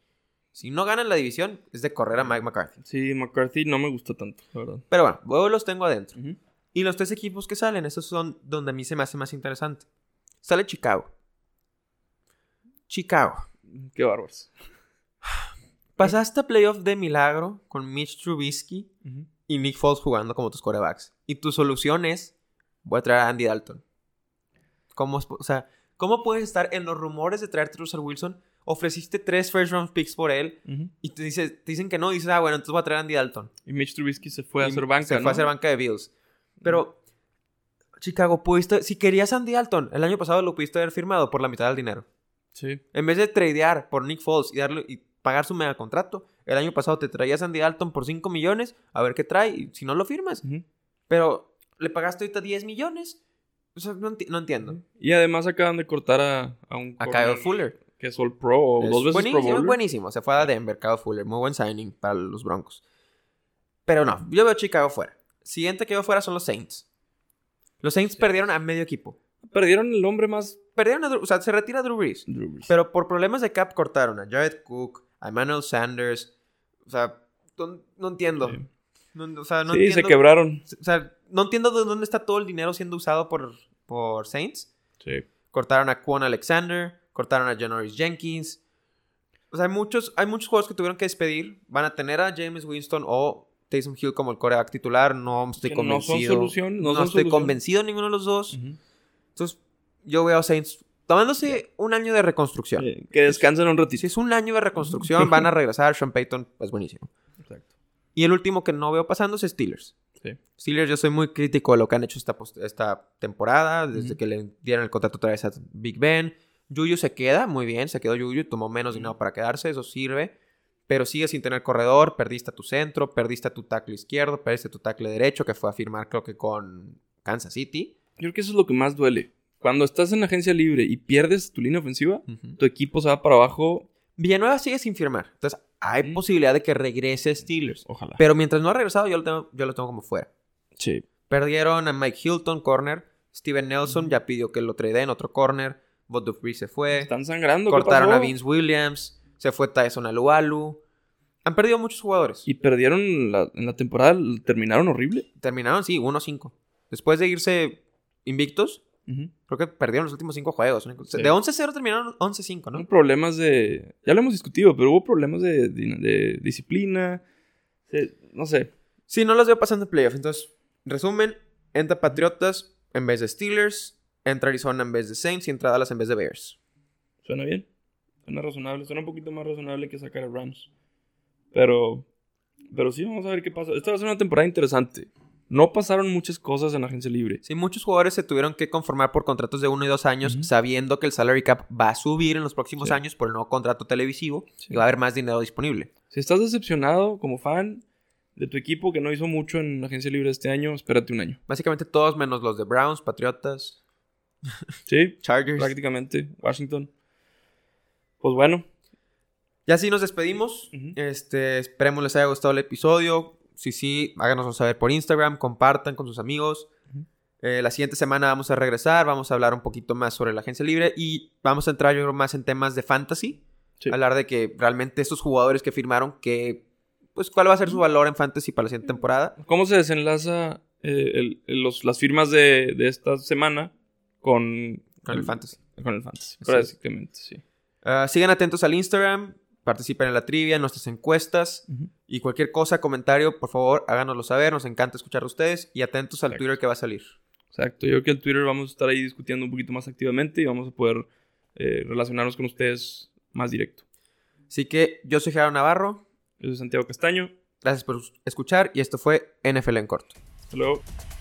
A: Si no ganan la división, es de correr a Mike McCarthy.
B: Sí, McCarthy no me gusta tanto, la verdad.
A: Pero bueno, luego los tengo adentro.
B: Ujú.
A: Y los tres equipos que salen, esos son donde a mí se me hace más interesante. Sale Chicago. Chicago.
B: Qué bárbaros.
A: Pasaste a playoff de milagro con Mitch Trubisky y Nick Foles jugando como tus corebacks. Y tu solución es, voy a traer a Andy Dalton. ¿Cómo, es po- o sea, ¿cómo puedes estar en los rumores de traerte a Russell Wilson? Ofreciste tres first round picks por él
B: Ujú.
A: y te, dices- te dicen que no. Dices, ah, bueno, entonces voy a traer a Andy Dalton.
B: Y Mitch Trubisky se fue a
A: Y
B: hacer banca,
A: Se fue
B: ¿no?
A: a hacer banca de Bills. Pero, Chicago, pudiste... Si querías a Andy Dalton, el año pasado lo pudiste haber firmado por la mitad del dinero.
B: Sí.
A: En vez de tradear por Nick Foles y, darle, y pagar su mega contrato, el año pasado te traías a Andy Dalton por 5 millones, a ver qué trae, y si no lo firmas. Pero le pagaste ahorita 10 millones. O sea, no, enti- no entiendo.
B: Y además acaban de cortar a, a un
A: A
B: corner
A: Kyle Fuller.
B: que es All Pro o
A: Es
B: dos veces
A: buenísimo,
B: Pro Bowler.
A: buenísimo. Se fue a Denver, Kyle Fuller. Muy buen signing para los Broncos. Pero no, yo veo Chicago fuera. Siguiente que veo fuera son los Saints. Los Saints perdieron a medio equipo.
B: Perdieron el hombre más
A: Perdieron a Drew- o sea, se retira Drew Brees.
B: Drew Brees.
A: Pero por problemas de cap cortaron a Jared Cook, a Emmanuel Sanders. O sea, no, no entiendo.
B: Sí.
A: No- o sea, no
B: sí, se
A: entiendo.
B: quebraron.
A: O sea, no entiendo de dónde está todo el dinero siendo usado por, por Saints.
B: Sí.
A: Cortaron a Quan Alexander, cortaron a Janoris Jenkins. O sea, hay muchos, hay muchos juegos que tuvieron que despedir. Van a tener a James Winston o Taysom Hill como el coreback titular. No estoy
B: Que no son
A: convencido.
B: solución. No,
A: No,
B: son
A: estoy
B: solución.
A: convencido de ninguno de los dos.
B: Ujú.
A: Entonces, yo veo a Saints tomándose un año de reconstrucción.
B: Eh, Que descansen un ratito.
A: Si es un año de reconstrucción, van a regresar. Sean Payton es buenísimo.
B: Exacto.
A: Y el último que no veo pasando es Steelers.
B: Sí.
A: Steelers, yo soy muy crítico de lo que han hecho esta, post- esta temporada, desde
B: Ujú.
A: que le dieron el contrato otra vez a Big Ben. Yuyu se queda, muy bien, se quedó Yuyu, tomó menos
B: Ujú.
A: dinero para quedarse, eso sirve. Pero sigue sin tener corredor, perdiste a tu centro, perdiste a tu tackle izquierdo, perdiste a tu tackle derecho, que fue a firmar creo que con Kansas City.
B: Yo creo que eso es lo que más duele. Cuando estás en la agencia libre y pierdes tu línea ofensiva, tu equipo se va para abajo.
A: Villanueva sigue sin firmar, entonces hay
B: Ujú.
A: posibilidad de que regrese Steelers.
B: Pues, Ojalá.
A: Pero mientras no ha regresado, yo lo tengo, yo lo tengo como fuera.
B: Sí.
A: Perdieron a Mike Hilton, corner. Steven Nelson ya pidió que lo traden, otro corner. Bot Dupree se fue.
B: Están sangrando. ¿qué
A: Cortaron a
B: pasó?
A: Vince Williams. Se fue Tyson Alualu. Han perdido muchos jugadores.
B: Y perdieron la- en la temporada, terminaron horrible.
A: terminaron, sí, 1-5. Después de irse invictos,
B: Ujú.
A: creo que perdieron los últimos 5 juegos. una cosa-
B: Sí.
A: De 11-0 terminaron 11-5,
B: Hubo
A: ¿no?
B: Problemas de. Ya lo hemos discutido, pero hubo problemas de, de- de disciplina. Se- no sé.
A: Sí, no los veo pasando en playoff. Entonces, resumen, entra Patriotas en vez de Steelers. Entra Arizona en vez de Saints y entra Dallas en vez de Bears.
B: Suena bien. Suena razonable. Suena un poquito más razonable que sacar a Rams. Pero. Pero sí, vamos a ver qué pasa. Esta va a ser una temporada interesante. No pasaron muchas cosas en la agencia libre.
A: Sí, muchos jugadores se tuvieron que conformar por contratos de uno y dos años,
B: Ujú.
A: sabiendo que el salary cap va a subir en los próximos
B: Sí.
A: años por el nuevo contrato televisivo
B: Sí.
A: y va a haber más dinero disponible.
B: Si estás decepcionado como fan de tu equipo que no hizo mucho en la agencia libre este año, espérate un año.
A: Básicamente todos menos los de Browns, Patriotas,
B: Sí,
A: Chargers.
B: prácticamente. Washington. Pues bueno.
A: Y así nos despedimos.
B: Ujú.
A: Este, esperemos les haya gustado el episodio. Si sí, háganos saber por Instagram, compartan con sus amigos.
B: Ujú.
A: Eh, la siguiente semana vamos a regresar, vamos a hablar un poquito más sobre la agencia libre y vamos a entrar yo creo más en temas de fantasy.
B: Sí.
A: Hablar de que realmente estos jugadores que firmaron, que, pues cuál va a ser su valor en fantasy para la siguiente temporada.
B: ¿Cómo se desenlaza eh, el- el- los- las firmas de, de esta semana con,
A: Con el fantasy.
B: Con el fantasy,
A: es.
B: prácticamente, sí.
A: Ah, sigan atentos al Instagram, participen en la trivia, en nuestras encuestas y cualquier cosa, comentario, por favor, háganoslo saber. Nos encanta escuchar de ustedes y atentos al
B: Exacto.
A: Twitter que va a salir.
B: Exacto, yo creo que el Twitter vamos a estar ahí discutiendo un poquito más activamente y vamos a poder eh, relacionarnos con ustedes más directo.
A: Así que yo soy Gerardo Navarro,
B: Yo soy Santiago Castaño,
A: gracias por escuchar y esto fue NFL en corto.
B: hasta luego.